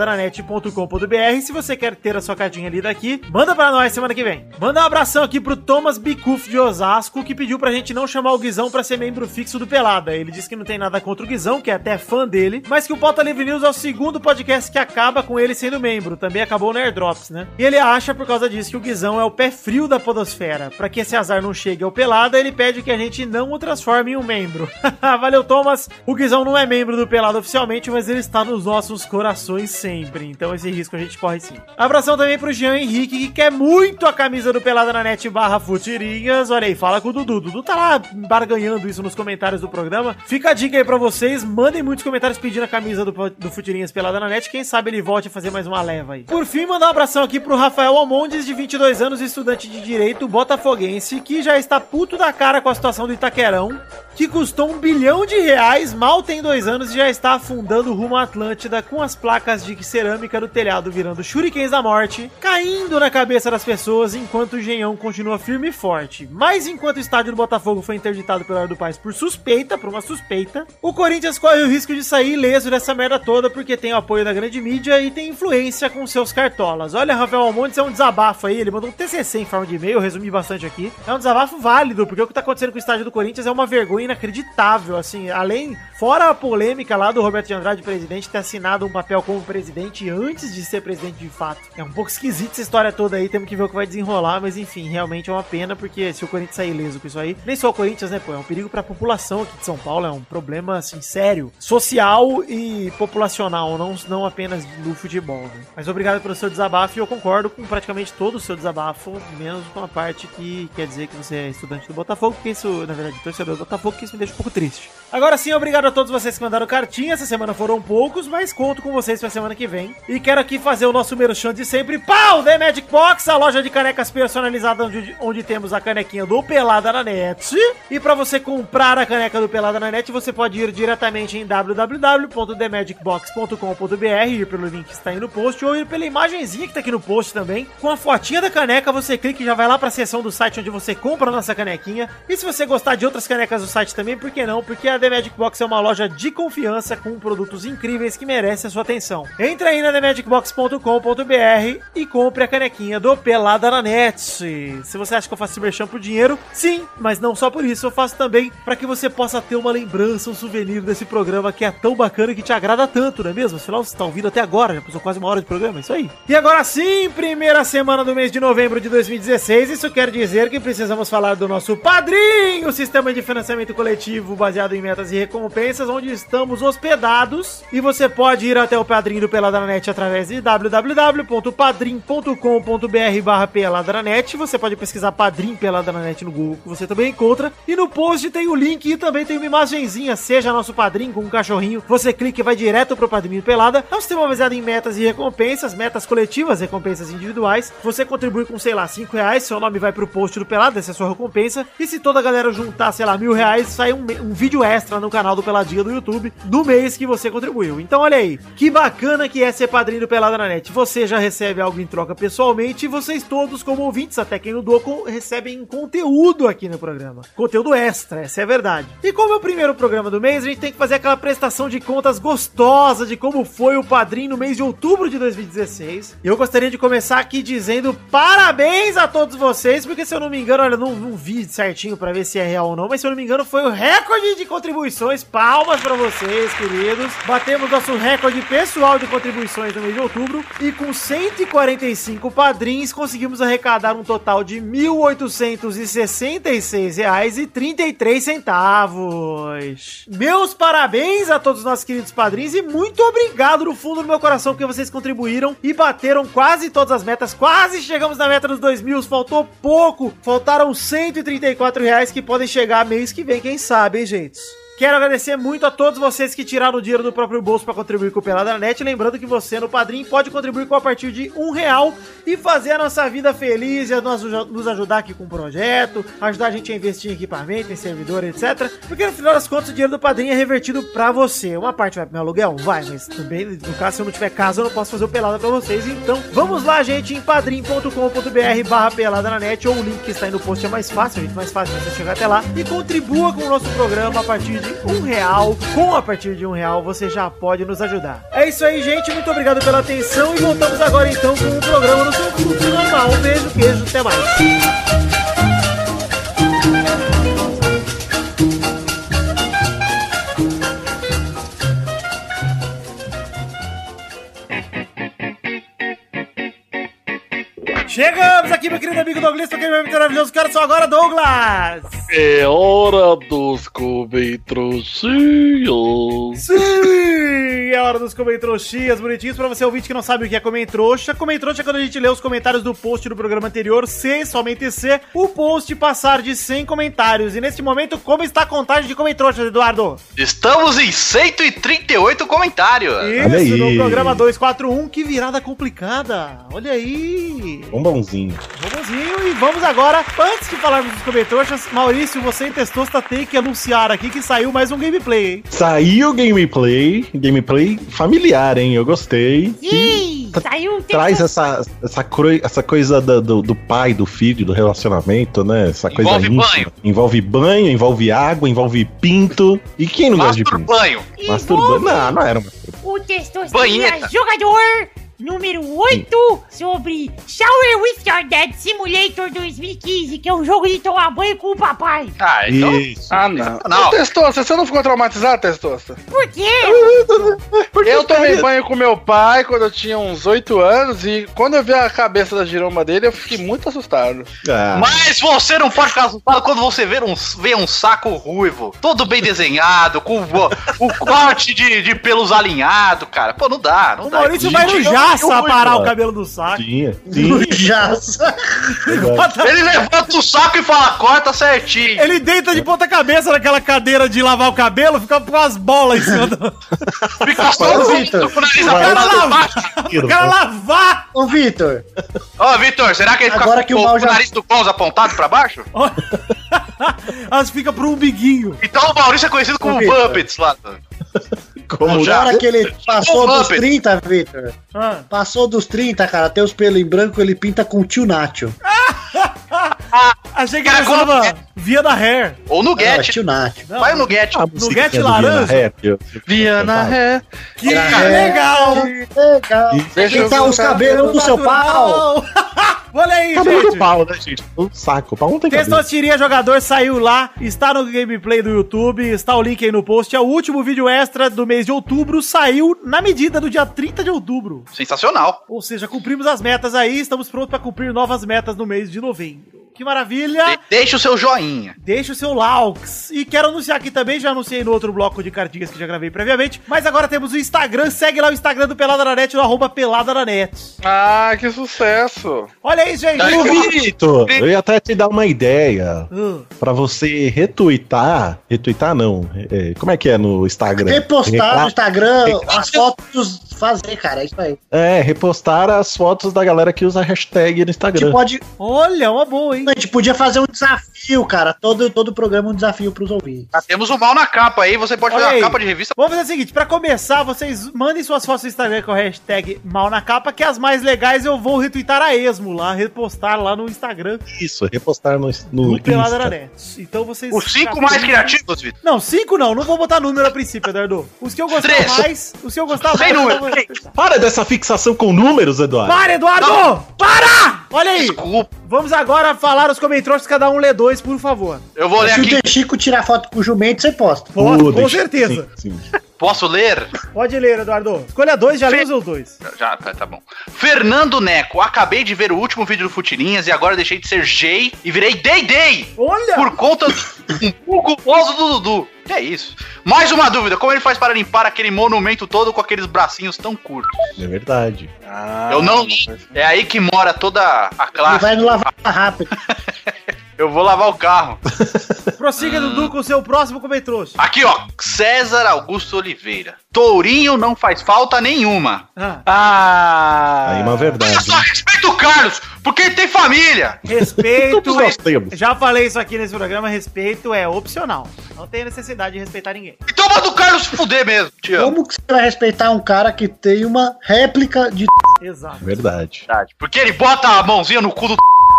podcast.peladranet.com.br. Se você quer ter a sua cartinha lida aqui, manda para nós semana que vem. Manda um abração aqui pro Thomas Bicuf de Osasco, que pediu pra gente não chamar o Guizão pra ser membro fixo do Pelada. Ele disse que não tem nada contra o Guizão, que é até fã dele, mas que o Pauta Livre News é o segundo podcast que acaba com ele sendo membro. Também acabou no Airdrops, né? E ele acha, por causa disso, que o Guizão é o pé frio da podosfera. Pra que esse azar não chegue ao Pelada, ele pede que a gente não o transforme em um membro. Valeu, Thomas. O Guizão não é membro do Pelada oficialmente, mas ele está nos nossos corações sempre. Então esse risco a gente corre sim. Abração também pro Jean Henrique, que quer muito a camisa do Pelada na Net barra Futirinhas. Olha aí, fala com o Dudu. Dudu tá lá barganhando isso nos comentários do programa. Fica a dica aí pra vocês. Mandem muitos comentários pedindo a camisa do, do Futirinhas Pelada na Net. Quem sabe ele volte a fazer mais uma leva aí. Por fim, mandar um abração aqui pro Rafael Almondes, de 22 anos, estudante de Direito botafoguense, que já está puto da cara com a situação do Itaquerão, que custou um bilhão de reais, mal tem dois anos e já está afundando rumo à Atlântida com as placas de cerâmica do telhado virando shurikens da morte, caindo na cabeça das pessoas enquanto o Genhão continua firme e forte. Mas enquanto o estádio do Botafogo foi interditado pelo Ar do País por suspeita, por uma suspeita, o Corinthians corre o risco de sair ileso dessa merda toda porque tem o apoio da grande mídia e tem influência com seus cartolas. Olha, Rafael Almontes é um desabafo aí, ele mandou um TCC em forma de e-mail, eu resumi bastante aqui. É um desabafo válido, porque o que tá acontecendo com o estádio do Corinthians é uma vergonha inacreditável, assim, além, fora a polêmica lá do Roberto de Andrade, presidente, ter assinado um papel como presidente antes de ser presidente de fato. É um pouco esquisito essa história toda aí, temos que ver o que vai desenrolar, mas enfim, realmente é uma pena, porque se o Corinthians sair ileso com isso aí, nem só o Corinthians, né, pô, é um perigo pra população aqui de São Paulo, é um problema, assim, sério, social e populacional, não, não apenas do futebol, né? Mas obrigado pelo seu desabafo e eu concordo com praticamente todo o seu desabafo, menos com a parte que quer dizer que você é estudante do Botafogo, porque isso, na verdade, torcedor do Botafogo, que isso me deixa um pouco triste. Agora sim, obrigado a todos vocês que mandaram cartinha, essa semana foram poucos, mas conto com vocês pra semana que vem. E quero aqui fazer o nosso merchan de sempre, pau, The Magic Box, a loja de canecas personalizadas onde, onde temos a canequinha do Pelada na Net. E pra você comprar a caneca do Pelada na Net, você pode ir diretamente em www.themagicbox.com.br, ir pelo link que está aí no post, ou ir pela imagenzinha que tá aqui no post também. Com a fotinha da caneca, você clica e já vai lá pra seção do site onde você compra a nossa canequinha. E se você gostar de outras canecas do site também, por que não? Porque a The Magic Box é uma loja de confiança com produtos incríveis que merece a sua atenção. Entre aí na TheMagicBox.com.br e compre a canequinha do Pelada na Net. Se você acha que eu faço esse merchan por dinheiro, sim, mas não só por isso, eu faço também para que você possa ter uma lembrança, um souvenir desse programa que é tão bacana e que te agrada tanto, não é mesmo? Afinal, você tá ouvindo até agora, já passou quase uma hora de programa, é isso aí. E agora sim, primeira semana do mês de novembro de 2016, isso quer dizer que precisamos falar do nosso padrinho, o sistema de financiamento coletivo baseado em metas e recompensas, onde estamos hospedados. E você pode ir até o padrinho do Peladranet através de www.padrim.com.br barra Peladranet. Você pode pesquisar Padrim Peladranet no Google, que você também encontra. E no post tem o link e também tem uma imagenzinha, seja nosso padrinho com um cachorrinho. Você clica e vai direto pro Padrinho Pelada. É um sistema baseado em metas e recompensas, metas coletivas, recompensas individuais. Você contribui com, sei lá, 5 reais, seu nome vai pro post do Pelada, essa é a sua recompensa. E se toda a galera juntar, sei lá, mil reais, sai um, um vídeo extra no canal do Peladinha do YouTube do mês que você contribuiu. Então olha aí, que bacana que é ser padrinho do Pelada na Net. Você já recebe algo em troca pessoalmente e vocês todos, como ouvintes, até quem não doa, com- recebem conteúdo aqui no programa. Conteúdo extra, essa é a verdade. E como é o primeiro programa do mês, a gente tem que fazer aquela prestação de contas gostosa de como foi o padrinho no mês de outubro de 2016. E eu gostaria de começar aqui dizendo parabéns a todos vocês, porque se eu não me engano, olha, eu não, não vi certinho pra ver se é real ou não, mas se eu não me engano, foi o recorde de contribuições. Palmas pra vocês, queridos. Batemos nosso recorde pessoal de contribuições no mês de outubro e com 145 padrinhos conseguimos arrecadar um total de R$ 1.866,33. Meus parabéns a todos os nossos queridos padrinhos e muito obrigado no fundo do meu coração porque vocês contribuíram e bateram quase todas as metas. Quase chegamos na meta dos 2.000, faltou pouco. Faltaram R$ 134 reais que podem chegar mês que vem, quem sabe, hein, gente? Quero agradecer muito a todos vocês que tiraram o dinheiro do próprio bolso para contribuir com o Pelada na Net. Lembrando que você no Padrim pode contribuir com a partir de um real e fazer a nossa vida feliz e nós- nos ajudar aqui com o projeto, ajudar a gente a investir em equipamento, em servidor, etc. Porque no final das contas o dinheiro do Padrim é revertido para você. Uma parte vai pro meu aluguel? Vai, mas também, no caso, se eu não tiver casa, eu não posso fazer o Pelada para vocês. Então vamos lá, gente, em padrim.com.br barra Pelada na Net ou o link que está aí no post é mais fácil, gente, mais fácil você chegar até lá e contribua com o nosso programa a partir de um real. Com a partir de um real você já pode nos ajudar. É isso aí, gente. Muito obrigado pela atenção e voltamos agora então com o programa no seu fluxo normal. Um beijo, queijo, até mais. Chegamos aqui, meu querido amigo Douglas, para aquele momento maravilhoso. Quero só agora, Douglas! É hora dos comentrouxinhos. Sim! É hora dos comentroxias bonitinhos. Pra você ouvinte que não sabe o que é comentroxa, comentroxa é quando a gente lê os comentários do post do programa anterior, se somente se o post passar de 100 comentários. E neste momento, como está a contagem de comentroxas, Eduardo? Estamos em 138 comentários. Isso, no programa 241. Que virada complicada! Olha aí! Um Bombonzinho. Vamoszinho, e vamos agora, antes de falarmos dos comentroxas, Maurício, você em Testosta tem que anunciar aqui que saiu mais um gameplay, hein? Saiu gameplay, gameplay familiar, hein? Eu gostei. Ih, saiu um Traz essa, essa, croi- essa coisa da- do, do pai, do filho, do relacionamento, né? Essa coisa Envolve íntima. banho. Envolve banho, envolve água, envolve pinto. E quem não gosta de pinto? Banho. Masturbando. Não, não era uma O testosterona é jogador número 8 sobre Shower with Your Dad Simulator 2015, que é um jogo de tomar banho com o papai. É, Ah, então. Ah, não. não. Testosta, você não ficou traumatizado, Testosta? Por quê? Eu tá tomei banho com meu pai quando eu tinha uns 8 anos e quando eu vi a cabeça da giroma dele, eu fiquei muito assustado. Ah, Mas você não pode ficar assustado quando você vê um, vê um saco ruivo, todo bem desenhado, com o, o corte de, de pelos alinhado, cara. Pô, não dá, não O dá. Maurício vai no Gente, Jaça eu- eu- parar o cabelo do saco. Tinha. Jaça. Ele levanta o saco e fala, corta certinho. Ele deita de ponta cabeça naquela cadeira de lavar o cabelo, fica com as bolas em cima do... Fica só o Vitor com o nariz apertado pra baixo. Eu quero lavar! Ô, Vitor. Ô, Vitor, será que ele fica Agora com que o mal já- nariz do Gonzo apontado pra baixo? Elas ficam pro umbiguinho. Então o Maurício é conhecido como Ô, Vitor. Puppets lá. tá? Como já? que ele passou Ô, dos Muppet. 30, Victor. Ah. Passou dos 30, cara, tem os pelos em branco, ele pinta com tio Nacho. Achei que ele usava via da hair. Ou no Get. é tio Nacho. é- Vai no Get. Ah, no Get laranja. Viana Ré. Que Ré. legal! Que legal. Deixa eu Pintar os colocar cabelos do seu pau. Não. Olha aí, Cabelo do gente. pau, né, gente? Um saco. Pau não tem cabelo. Testosteria Jogador saiu lá, está no gameplay do YouTube, está o link aí no post. É o último vídeo extra do mês de outubro, saiu na medida do dia 30 de outubro. Sensacional. Ou seja, cumprimos as metas aí, estamos prontos para cumprir novas metas no mês de novembro. Que maravilha! Deixa o seu joinha. Deixa o seu likes. E quero anunciar aqui também, já anunciei no outro bloco de cartinhas que já gravei previamente, mas agora temos o Instagram, segue lá o Instagram do Pelada na Net, no arroba Pelada na Net. Ah, que sucesso. Olha aí, gente! Ô, Vitor, eu ia até te dar uma ideia Hum. pra você retweetar. Retweetar não. É, como é que é no Instagram? Repostar no Retar- Instagram as fotos fazer, cara. É isso aí. É, repostar as fotos da galera que usa hashtag no A Instagram. Tipo gente pode. Olha, uma boa, hein? A gente podia fazer um desafio, cara. Todo, todo programa é um desafio pros ouvintes. Já Temos o mal na capa aí, você pode Olha fazer aí. uma capa de revista. Vamos fazer o seguinte, pra começar, vocês mandem suas fotos no Instagram com a hashtag mal na capa, que as mais legais eu vou retweetar a esmo lá, repostar lá no Instagram Isso, repostar no, no, do Pelada Insta. na Net. Então vocês... Os cinco mais criativos, Vitor. Não, cinco não, não vou botar número a princípio, Eduardo. Os que eu gostar Três. mais, os que eu gostar mais... Sem eu número. vou- Para dessa fixação com números, Eduardo. Para, Eduardo! Para! Olha aí! Vamos agora falar os comentários, cada um lê dois, por favor. Eu vou ler Se aqui. o De Chico tirar foto com o jumento, você posta. Posso, Puta, Ah, com certeza. Sim, sim. Posso ler? Pode ler, Eduardo. Escolha dois, já lê os seus dois. Já, tá, tá bom. Fernando Neco, acabei de ver o último vídeo do Futirinhas e agora deixei de ser Jay e virei Day Day Olha! por conta de um pouco gozo do Dudu. Que é isso? Mais uma dúvida, como ele faz para limpar aquele monumento todo com aqueles bracinhos tão curtos? É verdade. Eu Ah, não li. É aí que mora toda a Ele classe. vai no lavar rápido. Eu vou lavar o carro. Prossiga, Dudu, com o seu próximo comentário. Aqui, ó. César Augusto Oliveira. Tourinho não faz falta nenhuma. Ah, Ah. Aí uma Olha verdade. né? só, respeita o Carlos, porque ele tem família. Respeito. é, Todos nós temos. Já falei isso aqui nesse programa, respeito é opcional. Não tem necessidade de respeitar ninguém. Então manda o Carlos se fuder mesmo, te amo. Como que você vai respeitar um cara que tem uma réplica de. Exato. é Verdade. Porque ele bota a mãozinha no cu do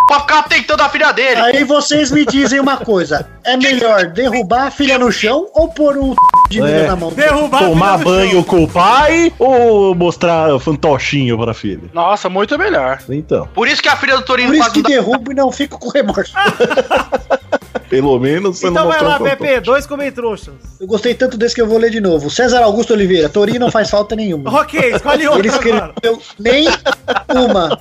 pra ficar tentando a filha dele. Aí vocês me dizem uma coisa: é melhor derrubar a filha no chão ou pôr um de milho É. na mão? Derrubar a Tomar vida do banho chão. com o pai ou mostrar fantochinho pra filha? Nossa, muito melhor. Então, Por isso que a filha do Torinho Por isso que não dá- derrubo e não fico com remorso. pelo menos você Então não vai mostrou lá, um fantoche. Pepe, dois comentários. Eu gostei tanto desse que eu vou ler de novo. César Augusto Oliveira, Torinho não faz falta nenhuma. Ok, escolhe Ele outro escreveu agora. nem uma.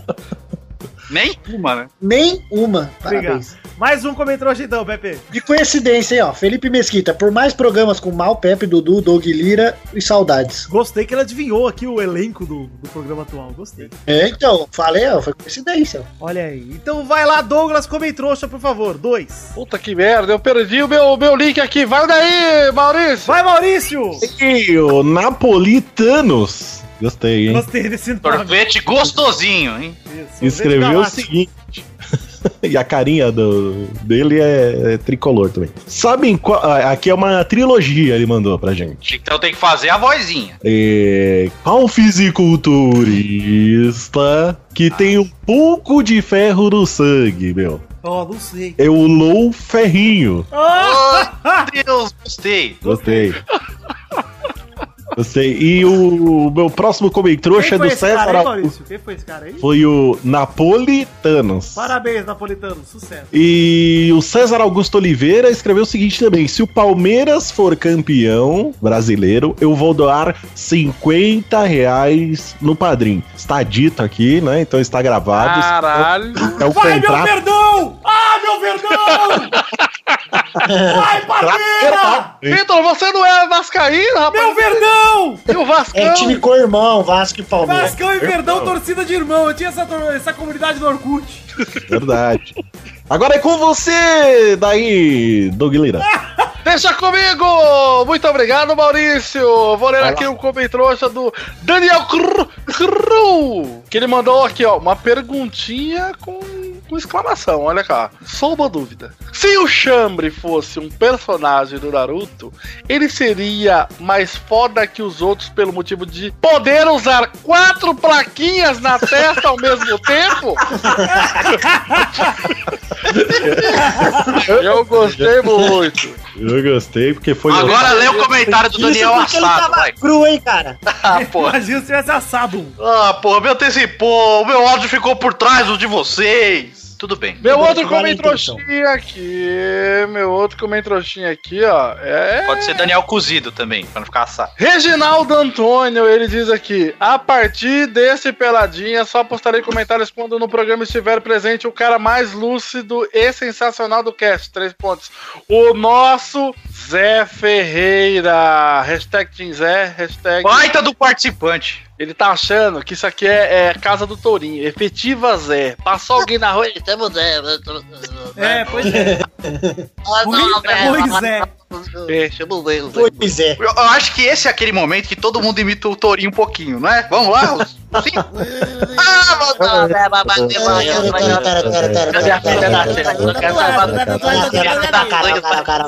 Nem uma, né? Nem uma. Obrigado. Parabéns. Mais um comentário então, Pepe. De coincidência, hein, ó. Felipe Mesquita, por mais programas com Mal, Pepe, Dudu, Doug Lira e saudades. Gostei que ele adivinhou aqui o elenco do, do programa atual. Gostei. É, então, falei, ó, foi coincidência. Olha aí. Então vai lá, Douglas, comentrouxa, por favor. Dois. Puta que merda, eu perdi o meu, meu link aqui. Vai daí, Maurício. Vai, Maurício! E o Napolitanos. Gostei, hein? Gostei desse nome. Sorvete gostosinho, hein? Isso, Escreveu o Galáctico. seguinte. e a carinha do, dele é, é tricolor também. Sabem qual. ah, Aqui é uma trilogia, ele mandou pra gente. Então tem que fazer a vozinha. É, qual fisiculturista que tem um pouco de ferro no sangue, meu? Ó, não sei. É o Lou Ferrinho. Ah! Deus, gostei. Gostei. Eu sei. E o, o meu próximo comentrouxa é do esse cara César. aí, Araújo. Maurício? Quem foi esse cara aí? Foi o Napolitanos. Parabéns, Napolitano. Sucesso. E o César Augusto Oliveira escreveu o seguinte também: se o Palmeiras for campeão brasileiro, eu vou doar 50 reais no padrinho. Está dito aqui, né? Então está gravado. Caralho. É o Vai, meu contrato. verdão! Ah, meu verdão! Vai, Palmeira! Vitor, você não é vascaíno, rapaz? Meu verdão! E o Vascão? É time com irmão, Vasco e Palmeiras. Vascão e Verdão, torcida de irmão. Eu tinha essa, tor- essa comunidade do Orkut. Verdade. Agora é com você, daí, Doug Lira. Deixa comigo! Muito obrigado, Maurício! Vou ler Vai aqui lá. o comentrouxa do Daniel Cru, Cru, que ele mandou aqui, ó, uma perguntinha com, com exclamação, olha cá. Só uma dúvida. Se o Chambre fosse um personagem do Naruto, ele seria mais foda que os outros pelo motivo de poder usar quatro plaquinhas na testa ao mesmo tempo? Eu gostei muito. Eu gostei porque foi. Agora lê o comentário do Daniel porque ele Assado, tava vai. cru, hein, cara? Ah, porra. Imagina se tivesse assado. um. Ah, porra, me antecipou. O meu áudio ficou por trás do de vocês. Tudo bem. Meu outro comentroxinha aqui, meu outro comentroxinha aqui, ó, é... Pode ser Daniel cozido também, pra não ficar assado. Reginaldo Antônio, ele diz aqui: a partir desse peladinha, só postarei comentários quando no programa estiver presente o cara mais lúcido e sensacional do cast. Três pontos. O nosso Zé Ferreira. Hashtag Team Zé, hashtag. Baita do participante. Ele tá achando que isso aqui é, é casa do Tourinho. Efetiva Zé. Passou alguém na rua. Estamos Zé. É, pois é. Pois é. Pois é. Eu, eu acho que esse é aquele momento que todo mundo imita o Tourinho um pouquinho, não é? Vamos lá? os- Sim. Ah, voltou, né, babado de manhã, de manhã. Cadê a filha da Sheila? Cadê a babada?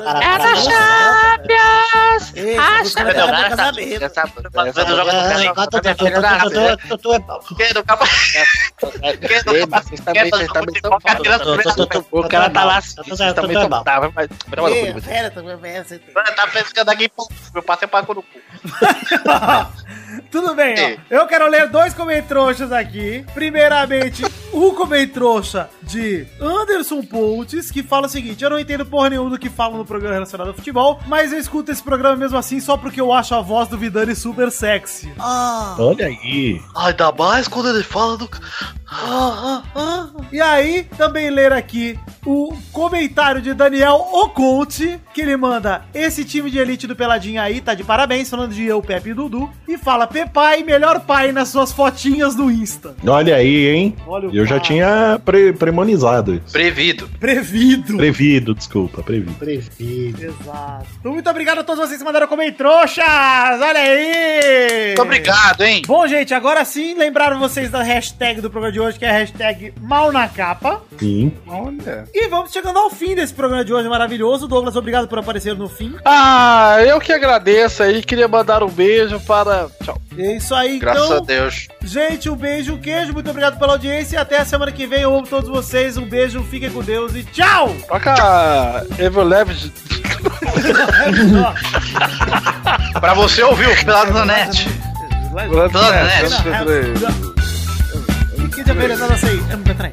Era Ah, é é O cara tá lá. Tá pescando aqui, pô, meu passei pra no cu. Tudo bem, ó. Eu quero ler dois comentroxas aqui. Primeiramente, o comentroxa de Anderson Pontes, que fala o seguinte: Eu não entendo porra nenhuma do que falam no programa relacionado ao futebol, mas eu escuto esse programa mesmo assim só porque eu acho a voz do Vidani super sexy. Ah. Olha aí. Ainda mais quando ele fala do. Ah, ah, ah. E aí, também ler aqui o comentário de Daniel Oconte, que ele manda: Esse time de elite do Peladinha aí tá de parabéns, falando de eu, Pepe e Dudu, e fala: Pepai, melhor pai nas suas fotinhas do Insta. Olha aí, hein? Olha o Eu já cara. tinha pre- premonizado isso. Prevido. Prevido. Prevido, desculpa, prevido. Exato. Então, muito obrigado a todos vocês que mandaram comentários. trouxas! Olha aí! Muito obrigado, hein? Bom, gente, agora sim, lembraram vocês da hashtag do programa de hoje, que é a hashtag mal na capa. Sim. Olha. E vamos chegando ao fim desse programa de hoje maravilhoso. Douglas, obrigado por aparecer no fim. Ah, eu que agradeço aí. Queria mandar um beijo para. Tchau. É isso aí, Graças então. a Deus. Gente, um beijo, um queijo, muito obrigado pela audiência e até a semana que vem. Eu amo todos vocês, um beijo, fiquem com Deus e tchau! Toca Evil Levy. Pra você ouvir o Pelado na Net. Pelado na Net. Que de beleza nossa aí, é um petrem.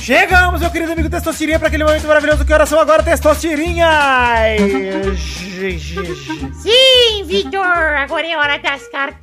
Chegamos, meu querido amigo Testosterinha, para aquele momento maravilhoso que horas são agora, Testosterinha! Sim, Vitor, agora é hora das cartinhas!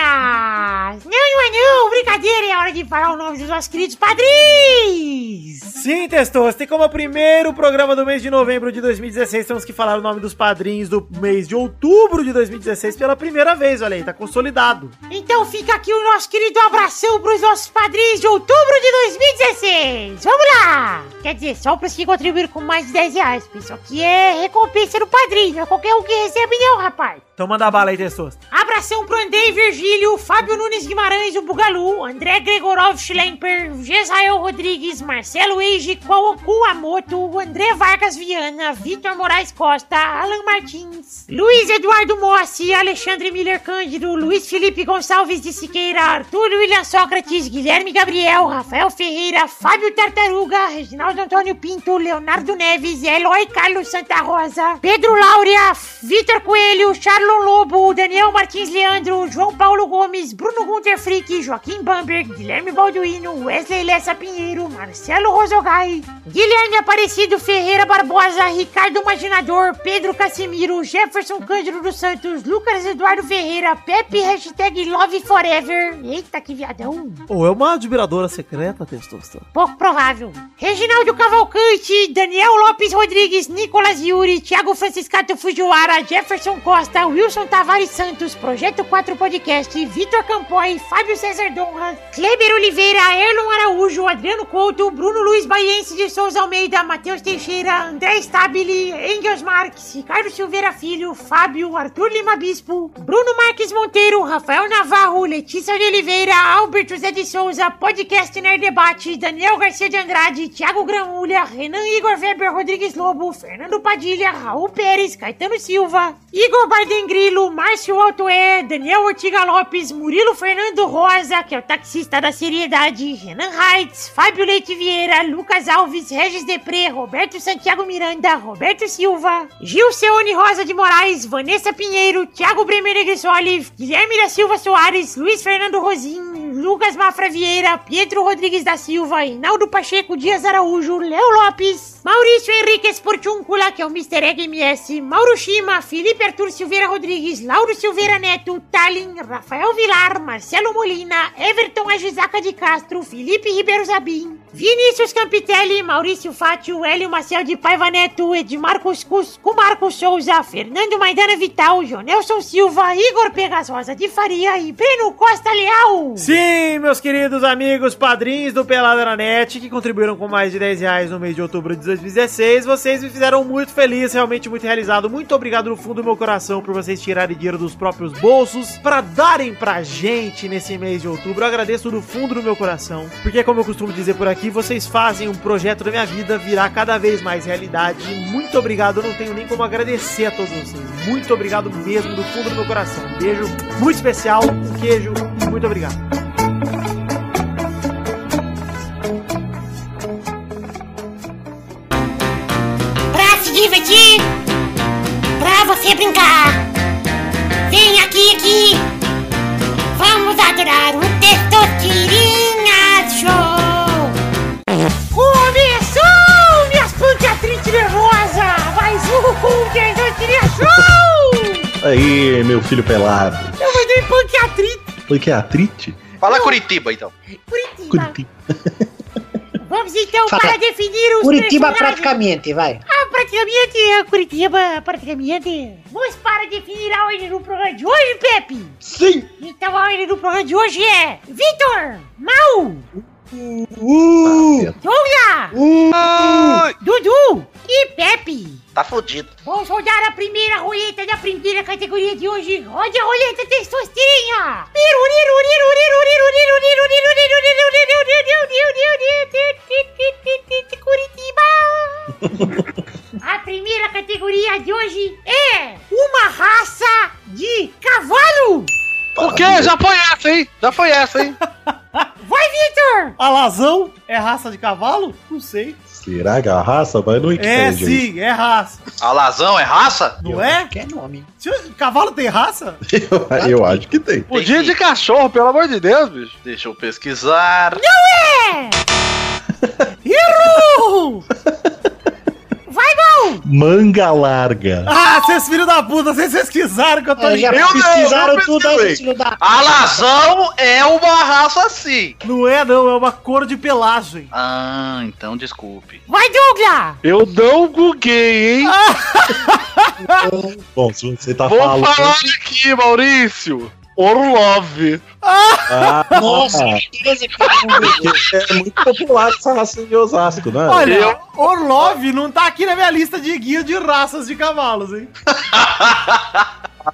Não, não é não, brincadeira, é hora de falar o nome dos nossos queridos padrinhos! Sim, Testos, tem como primeiro programa do mês de novembro de 2016, temos que falar o nome dos padrinhos do mês de outubro de 2016 pela primeira vez, olha aí, tá consolidado. Então fica aqui o nosso querido abração pros nossos padrinhos de outubro de 2016! ouvintes. Vamos lá! Quer dizer, só para os que contribuíram com mais de 10 reais, porque isso aqui é recompensa do padrinho, não é qualquer um que recebe não, rapaz. Então manda bala aí, Testoso. Abração pro Andrei Virgílio, Fábio Nunes Guimarães, o Bugalu, André Gregorov Schlemper, Gesael Rodrigues, Marcelo Eiji, Kwaoku Amoto, André Vargas Viana, Vitor Moraes Costa, Alan Martins, Luiz Eduardo Mossi, Alexandre Miller Cândido, Luiz Felipe Gonçalves de Siqueira, Arthur William Sócrates, Guilherme Gabriel, Rafael Ferreira, Fábio Tartaruga, Reginaldo Antônio Pinto, Leonardo Neves, Eloy Carlos Santa Rosa, Pedro Laura, Vitor Coelho, Charlon Lobo, Daniel Martins Leandro, João Paulo Gomes, Bruno Gunter Frick, Joaquim Bamberg, Guilherme Balduino, Wesley Lessa Pinheiro, Marcelo Rosogai, Guilherme Aparecido Ferreira Barbosa, Ricardo Imaginador, Pedro Casimiro, Jefferson Cândido dos Santos, Lucas Eduardo Ferreira, Pepe hashtag Love Forever. Eita, que viadão! Ou é uma admiradora secreta, Testoso. Pouco provável. Reginaldo Cavalcante, Daniel Lopes Rodrigues, Nicolas Yuri, Thiago Franciscato Fujiwara, Jefferson Costa, Wilson Tavares Santos, Projeto 4 Podcast, Vitor Campoy, Fábio César Donra, Kleber Oliveira, Erlon Araújo, Adriano Couto, Bruno Luiz Baiense de Souza Almeida, Matheus Teixeira, André Stabile, Engels Marques, Ricardo Silveira Filho, Fábio, Arthur Lima Bispo, Bruno Marques Monteiro, Rafael Navarro, Letícia de Oliveira, Albert José de Souza, Podcast Nerd Debate, Daniel Garcia de Andrade, Thiago Granulha, Renan Igor Weber Rodrigues Lobo, Fernando Padilha, Raul Pérez, Caetano Silva, Igor Bardem Grilo, Márcio Altoé, Daniel Ortiga Lopes, Murilo Fernando Rosa, que é o taxista da seriedade, Renan Reitz, Fábio Leite Vieira, Lucas Alves, Regis Depré, Roberto Santiago Miranda, Roberto Silva, Gil Seone Rosa de Moraes, Vanessa Pinheiro, Thiago Bremer Negrissoli, Guilherme da Silva Soares, Luiz Fernando Rosim, Lucas Mafra Vieira, Pietro Rodrigues da Silva, Hinaldo Pacheco Dias Araújo, Léo Lopes, Maurício Henrique Esportúncula, que é o Mr. Egg MS, Mauro Shima, Felipe Arthur Silveira Rodrigues, Lauro Silveira Neto, Talin, Rafael Vilar, Marcelo Molina, Everton Agisaca de Castro, Felipe Ribeiro Zabim, Vinícius Campitelli, Maurício Fátio, Hélio Maciel de Paiva Neto, Edmar Cuscuz, Cumarco Souza, Fernando Maidana Vital, Jonelson Silva, Igor Pegas Rosa de Faria e Breno Costa Leal. Sim, meus queridos amigos padrinhos do Pelada na Net, que contribuíram com mais de 10 reais no mês de outubro de 2016, vocês me fizeram muito feliz, realmente muito realizado. Muito obrigado no fundo do meu coração por vocês tirarem dinheiro dos próprios bolsos para darem pra gente nesse mês de outubro. Eu agradeço do fundo do meu coração, porque como eu costumo dizer por aqui, vocês fazem um projeto da minha vida virar cada vez mais realidade. Muito obrigado, eu não tenho nem como agradecer a todos vocês. Muito obrigado mesmo do fundo do meu coração. Um beijo muito especial, um queijo e muito obrigado. Pra se divertir, pra você brincar. Vem aqui, aqui. Vamos adorar o Testosterinha Show. Começou, minhas panqueatrites nervosas. Mais um com o Testosterinha Show. Aí, meu filho pelado. Eu mandei panqueatrite. Foi que é atrite? Fala Curitiba, então. Curitiba. Vamos então Fala. para definir os Curitiba personagens. praticamente, vai. Ah, praticamente, é, Curitiba, praticamente. Vamos para definir a ordem do programa de hoje, Pepe? Sim! Então a ordem do programa de hoje é... Vitor, Mal, Uh! Douglas, Uh! Dudu e Pepe. Tá fudido. Vamos rodar a primeira roleta da primeira categoria de hoje. Rode a roleta testosterinha. Curitiba. A primeira categoria de hoje é uma raça de cavalo. Por Tá quê? Já foi essa, hein? Já foi essa, hein? Vai, Victor! Alazão é raça de cavalo? Não sei. Será que é a raça? Mas não É entende. isso. sim, é raça. Alazão é raça? Não é? Que nome. Se- Cavalo tem raça? Eu, eu acho que tem. Podia de cachorro, pelo amor de Deus, bicho. Deixa eu pesquisar. Não é! Errou! Vai, Gol! Manga larga. Ah, vocês filhos da puta, vocês pesquisaram que eu tô Ah, já ligado. pesquisaram Eu não tudo aí, pesquisei. filho da- Alazão é uma raça sim. Não é não, é uma cor de pelagem. Ah, então desculpe. Vai, Douglas! Eu não buguei, hein? Bom, se você tá Vou falando. falar aqui, Maurício. Orlov. Ah, Nossa, é muito popular essa raça de Osasco, né? Olha, Orlov não tá aqui na minha lista de guia de raças de cavalos, hein?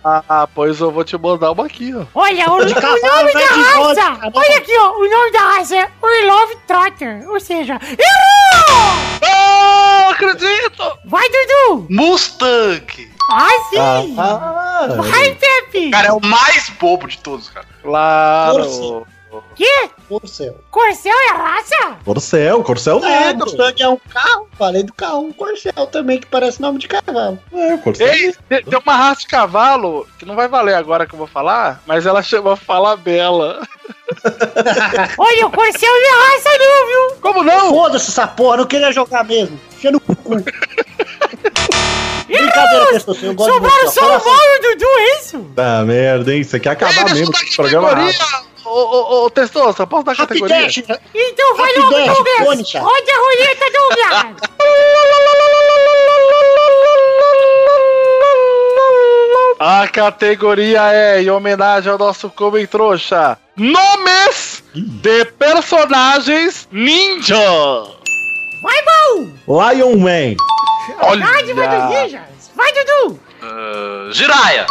Ah, pois eu vou te mandar uma aqui, ó. Olha, o, o De cavalo, nome vai de da volta, raça! Olha aqui, ó, o nome da raça é We Love Trotter, ou seja, errou! Ah, Não acredito! Vai, Dudu! Mustang! Ai, sim! É, Vai, Pepe! Cara, é o mais bobo de todos, cara. Claro! Que? Corcel. Corcel é raça? Corcel, Corcel Ah, negro. Mustang é um carro. Falei do carro, um Corcel também, que parece nome de cavalo. É, Corcel. Ei, te- tem uma raça de cavalo que não vai valer agora que eu vou falar, mas ela chama Falabella. Olha, o Corcel não é raça não, viu? Como não? Foda-se essa porra, não queria jogar mesmo. Fia no cu. Brincadeira, Testosterone, eu gosto de Sobraram você. só Fala o Mauro e o Dudu, é isso? Tá merda, hein? Você quer acabar mesmo com esse programa? Categoria! Ô, ô, ô, Testosta, posso dar categoria? Dash, Então vai Happy logo, Dash, Douglas! Cônica. Roda a roleta, Douglas! A categoria é, em homenagem ao nosso Comem Trouxa, Nomes de Personagens Ninja! Vai, Baú! Lion Man. Verdade, vai dos ninjas! Vai, Dudu! Ah, Jiraya.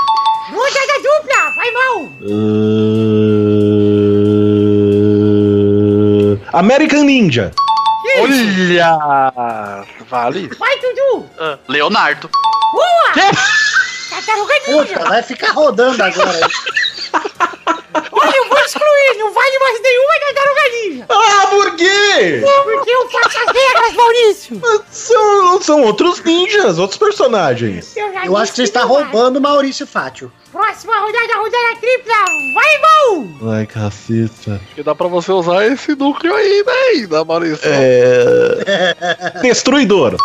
Muda da dupla! Vai, Baú! Uh, American Ninja. Olha! Vale? Vai, Dudu! Leonardo. Boa! Tartaruga Puta, ninja! vai ficar rodando agora. Olha, eu vou excluir! Não vale mais nenhuma tartaruga ninja! Ah, por quê? Porque eu faço as regras, Maurício! São, são outros ninjas, outros personagens. Eu, já Eu acho que você disse está não vale. roubando o Maurício Fátio. Próxima rodada, rodada tripla! Vai, Baú! Ai, caceta. Que dá pra você usar esse núcleo aí, né, ainda, Maurício? É... Destruidor.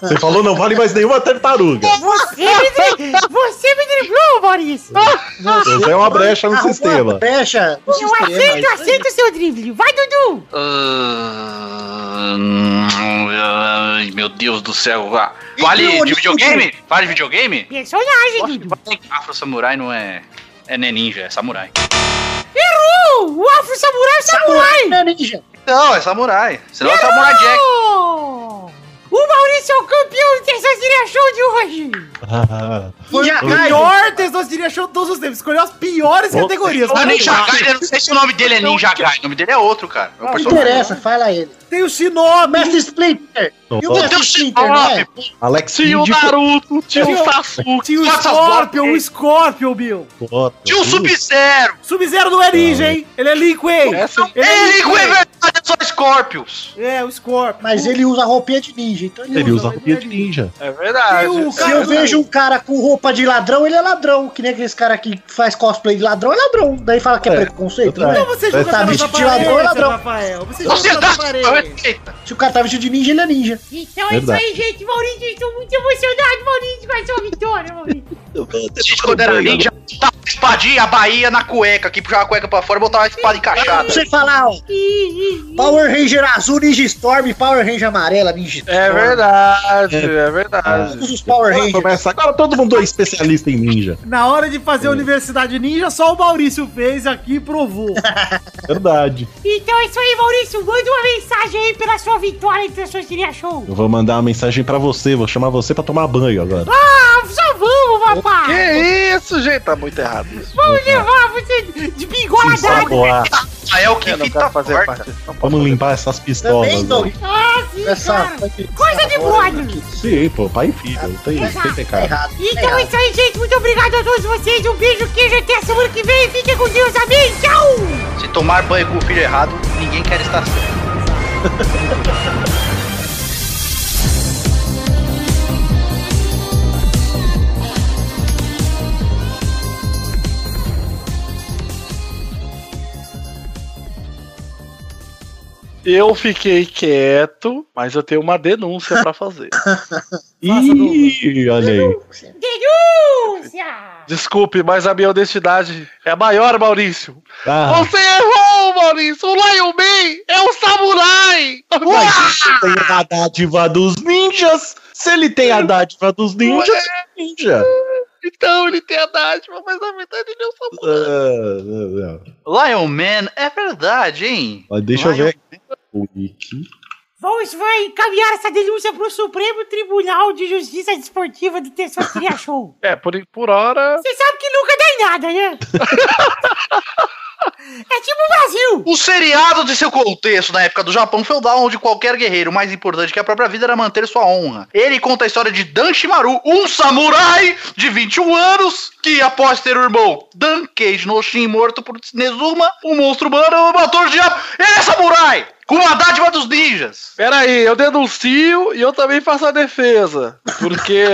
Você falou não vale mais nenhuma tartaruga. Você me, dri- você me driblou, Maurício! Ah! Você é uma brecha no Arrumou sistema. Tá a brecha no Eu aceito, sistema. aceito o seu drible! Vai, Dudu! Ah, hum, ai, meu Deus do céu. Ah, Vale Igor, de videogame? Vale de videogame? Personagem, Dudu! Afro Samurai não é. É nem ninja, é samurai. Errou! O Afro Samurai é o Samurai! Não é ninja. Não, é samurai. Senão é samurai Jack. Errou! O Maurício é o campeão do Terceira Show de hoje! Ah, Foi O pior testosteria show de todos os tempos. Escolheu as piores Ô, categorias. Não é Vamos Ninja lá. Gaiden, eu não sei se o nome dele é Ninja Gaiden. O nome dele é outro, cara. É um Não personagem. interessa, fala ele. Tem o Shinobi. Mestre Splinter. E o Nossa. Mestre Splinter, Shinobi, né? pô, Alex Tio Índico. Naruto, tio Tio- Sasuke. Tinha o Nossa, Scorpion, o Scorpion, Bill. Foda. Tio Sub-Zero! Sub-Zero não é ninja, hein? Ele é Lin Kuei. É, sim. Ele é Lin Ele, com é Kuei. verdade, é só Scorpius. É, o Scorpion. Mas ele usa roupinha de ninja, então ele, Ele usa. usa roupinha de ninja. É verdade. Tem o Se eu vejo um cara com roupa de ladrão, ele é ladrão. Que nem aqueles cara que faz cosplay de ladrão, é ladrão. Daí fala que é, É, preconceito. eu Não Então é. você Tá joga pela vestido sua de ladrão, parede, ladrão. Rafael. Você joga pela Sociedade, sua eu parede. respeito. Se o cara tá vestido de ninja, ele é ninja. Então Verdade. é isso aí, gente. Maurício, estou muito emocionado, Maurício, com a sua vitória, Maurício. Gente, quando era ninja, tava com espadinha, a Bahia na cueca, que puxava a cueca pra fora e botava a espada Pra encaixada. você falar, ó. Ih, ih, ih. Power Ranger azul, Ninja Storm, Power Ranger amarela, Ninja Storm. É verdade, é verdade. Todos os Power Agora Rangers. começa. Agora todo mundo é especialista em ninja. Na hora de fazer a Universidade Ninja, só o Maurício fez aqui e provou. Verdade. Então é isso aí, Maurício. Manda uma mensagem aí pela sua vitória em Transformaria Show. Eu vou mandar uma mensagem pra você, vou chamar você pra tomar banho agora. Ah, só vamos, Que papai. isso, gente? Tá muito errado isso. Vamos levar você de Sim, só bingoladado. boa. Ah, é o que Eu não tá quero fazer forte. parte disso. não. Vamos limpar essas pistolas. Também, Doug. né? Ah, sim, Essa. cara. Coisa de brother. Sim, pô, pai e filho. Não tem, não tem Tá pecado. errado. Então é isso aí, gente. Muito obrigado a todos vocês. Um beijo, queijo. Até a semana que vem. Fiquem com Deus. Amém. Tchau. Se tomar banho com o filho errado, ninguém quer estar certo. Eu fiquei quieto, mas eu tenho uma denúncia pra fazer. Ih, olha aí. Denúncia. Desculpe, mas a minha honestidade é maior, Maurício. Ah, Você errou, Maurício. O Lion Man é um samurai. mas você tem a dádiva dos ninjas. Se ele tem a dádiva dos ninjas, é ninja. Então ele tem a dádiva, mas na verdade ele é um samurai. Ah, não, não. Lion Man, é verdade, hein? Mas deixa eu ver aqui. o wiki. Vamos vai encaminhar essa denúncia pro Supremo Tribunal de Justiça Desportiva do Terça-feira Show. É, por, por hora. Você sabe que nunca dá em nada, né? é tipo o Brasil. O seriado de seu contexto na época do Japão feudal, onde qualquer guerreiro mais importante que a própria vida era manter sua honra. Ele conta a história de Danchimaru, um samurai de 21 anos, que após ter o irmão Dankei Noshin morto por Nezuma, um monstro humano matou o diabo. Ele é samurai! Com a dádiva dos ninjas! Pera aí, eu denuncio e eu também faço a defesa. Porque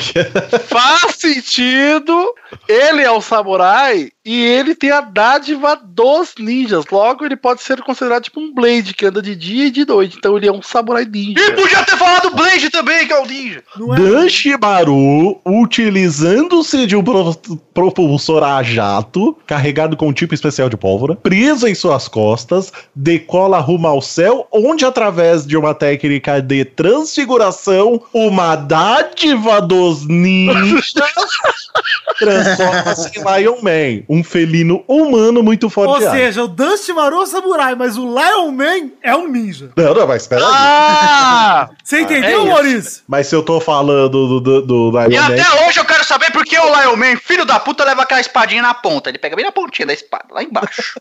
faz sentido. Ele é o samurai e ele tem a dádiva dos ninjas. Logo, ele pode ser considerado tipo um Blade que anda de dia e de noite. Então ele é um samurai ninja. E podia ter falado Blade também, que é o ninja! Danchimaru, utilizando-se de um pro- propulsor a jato, carregado com um tipo especial de pólvora, preso em suas costas, decola rumo ao céu, onde, através de uma técnica de transfiguração, uma dádiva dos ninjas transforma-se em Lion Man, um felino humano muito forte. Ou de ar. seja, o Dusty Maru é um samurai, mas o Lion Man é um ninja. Não, não, mas peraí. Ah! Você entendeu, é isso. Maurício? Mas se eu tô falando do, do, do Lion E Man. até hoje eu quero saber por que o Lion Man, filho da puta, leva aquela espadinha na ponta. Ele pega bem na pontinha da espada, lá embaixo.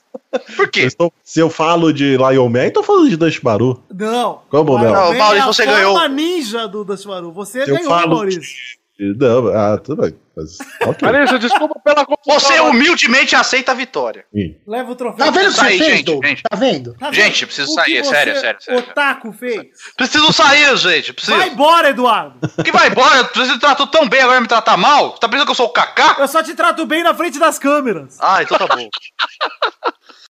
Por eu quê? estou- se eu falo de Lion Man, eu tô falando de Danchimaru. Não. Como não? Não, Vem Maurício, a você forma ganhou. ninja do Dusty Maru. Você Eu ganhou, falo- Maurício. Não, ah, tudo bem. Mas, ok. Maurício, desculpa pela confusão. Você humildemente aceita a vitória. Leva o troféu. Tá vendo o que Tá aí, você fez, gente, Doug? gente. Tá vendo? Tá vendo? Gente, preciso O que sair, é você, sério, sério, sério. Otaku fez. Preciso sair, gente. Preciso. Vai embora, Eduardo. Que vai embora, você me tratou tão bem, agora vai me tratar mal? Tá pensando que eu sou o Kaká? Eu só te trato bem na frente das câmeras. Ah, então tá bom.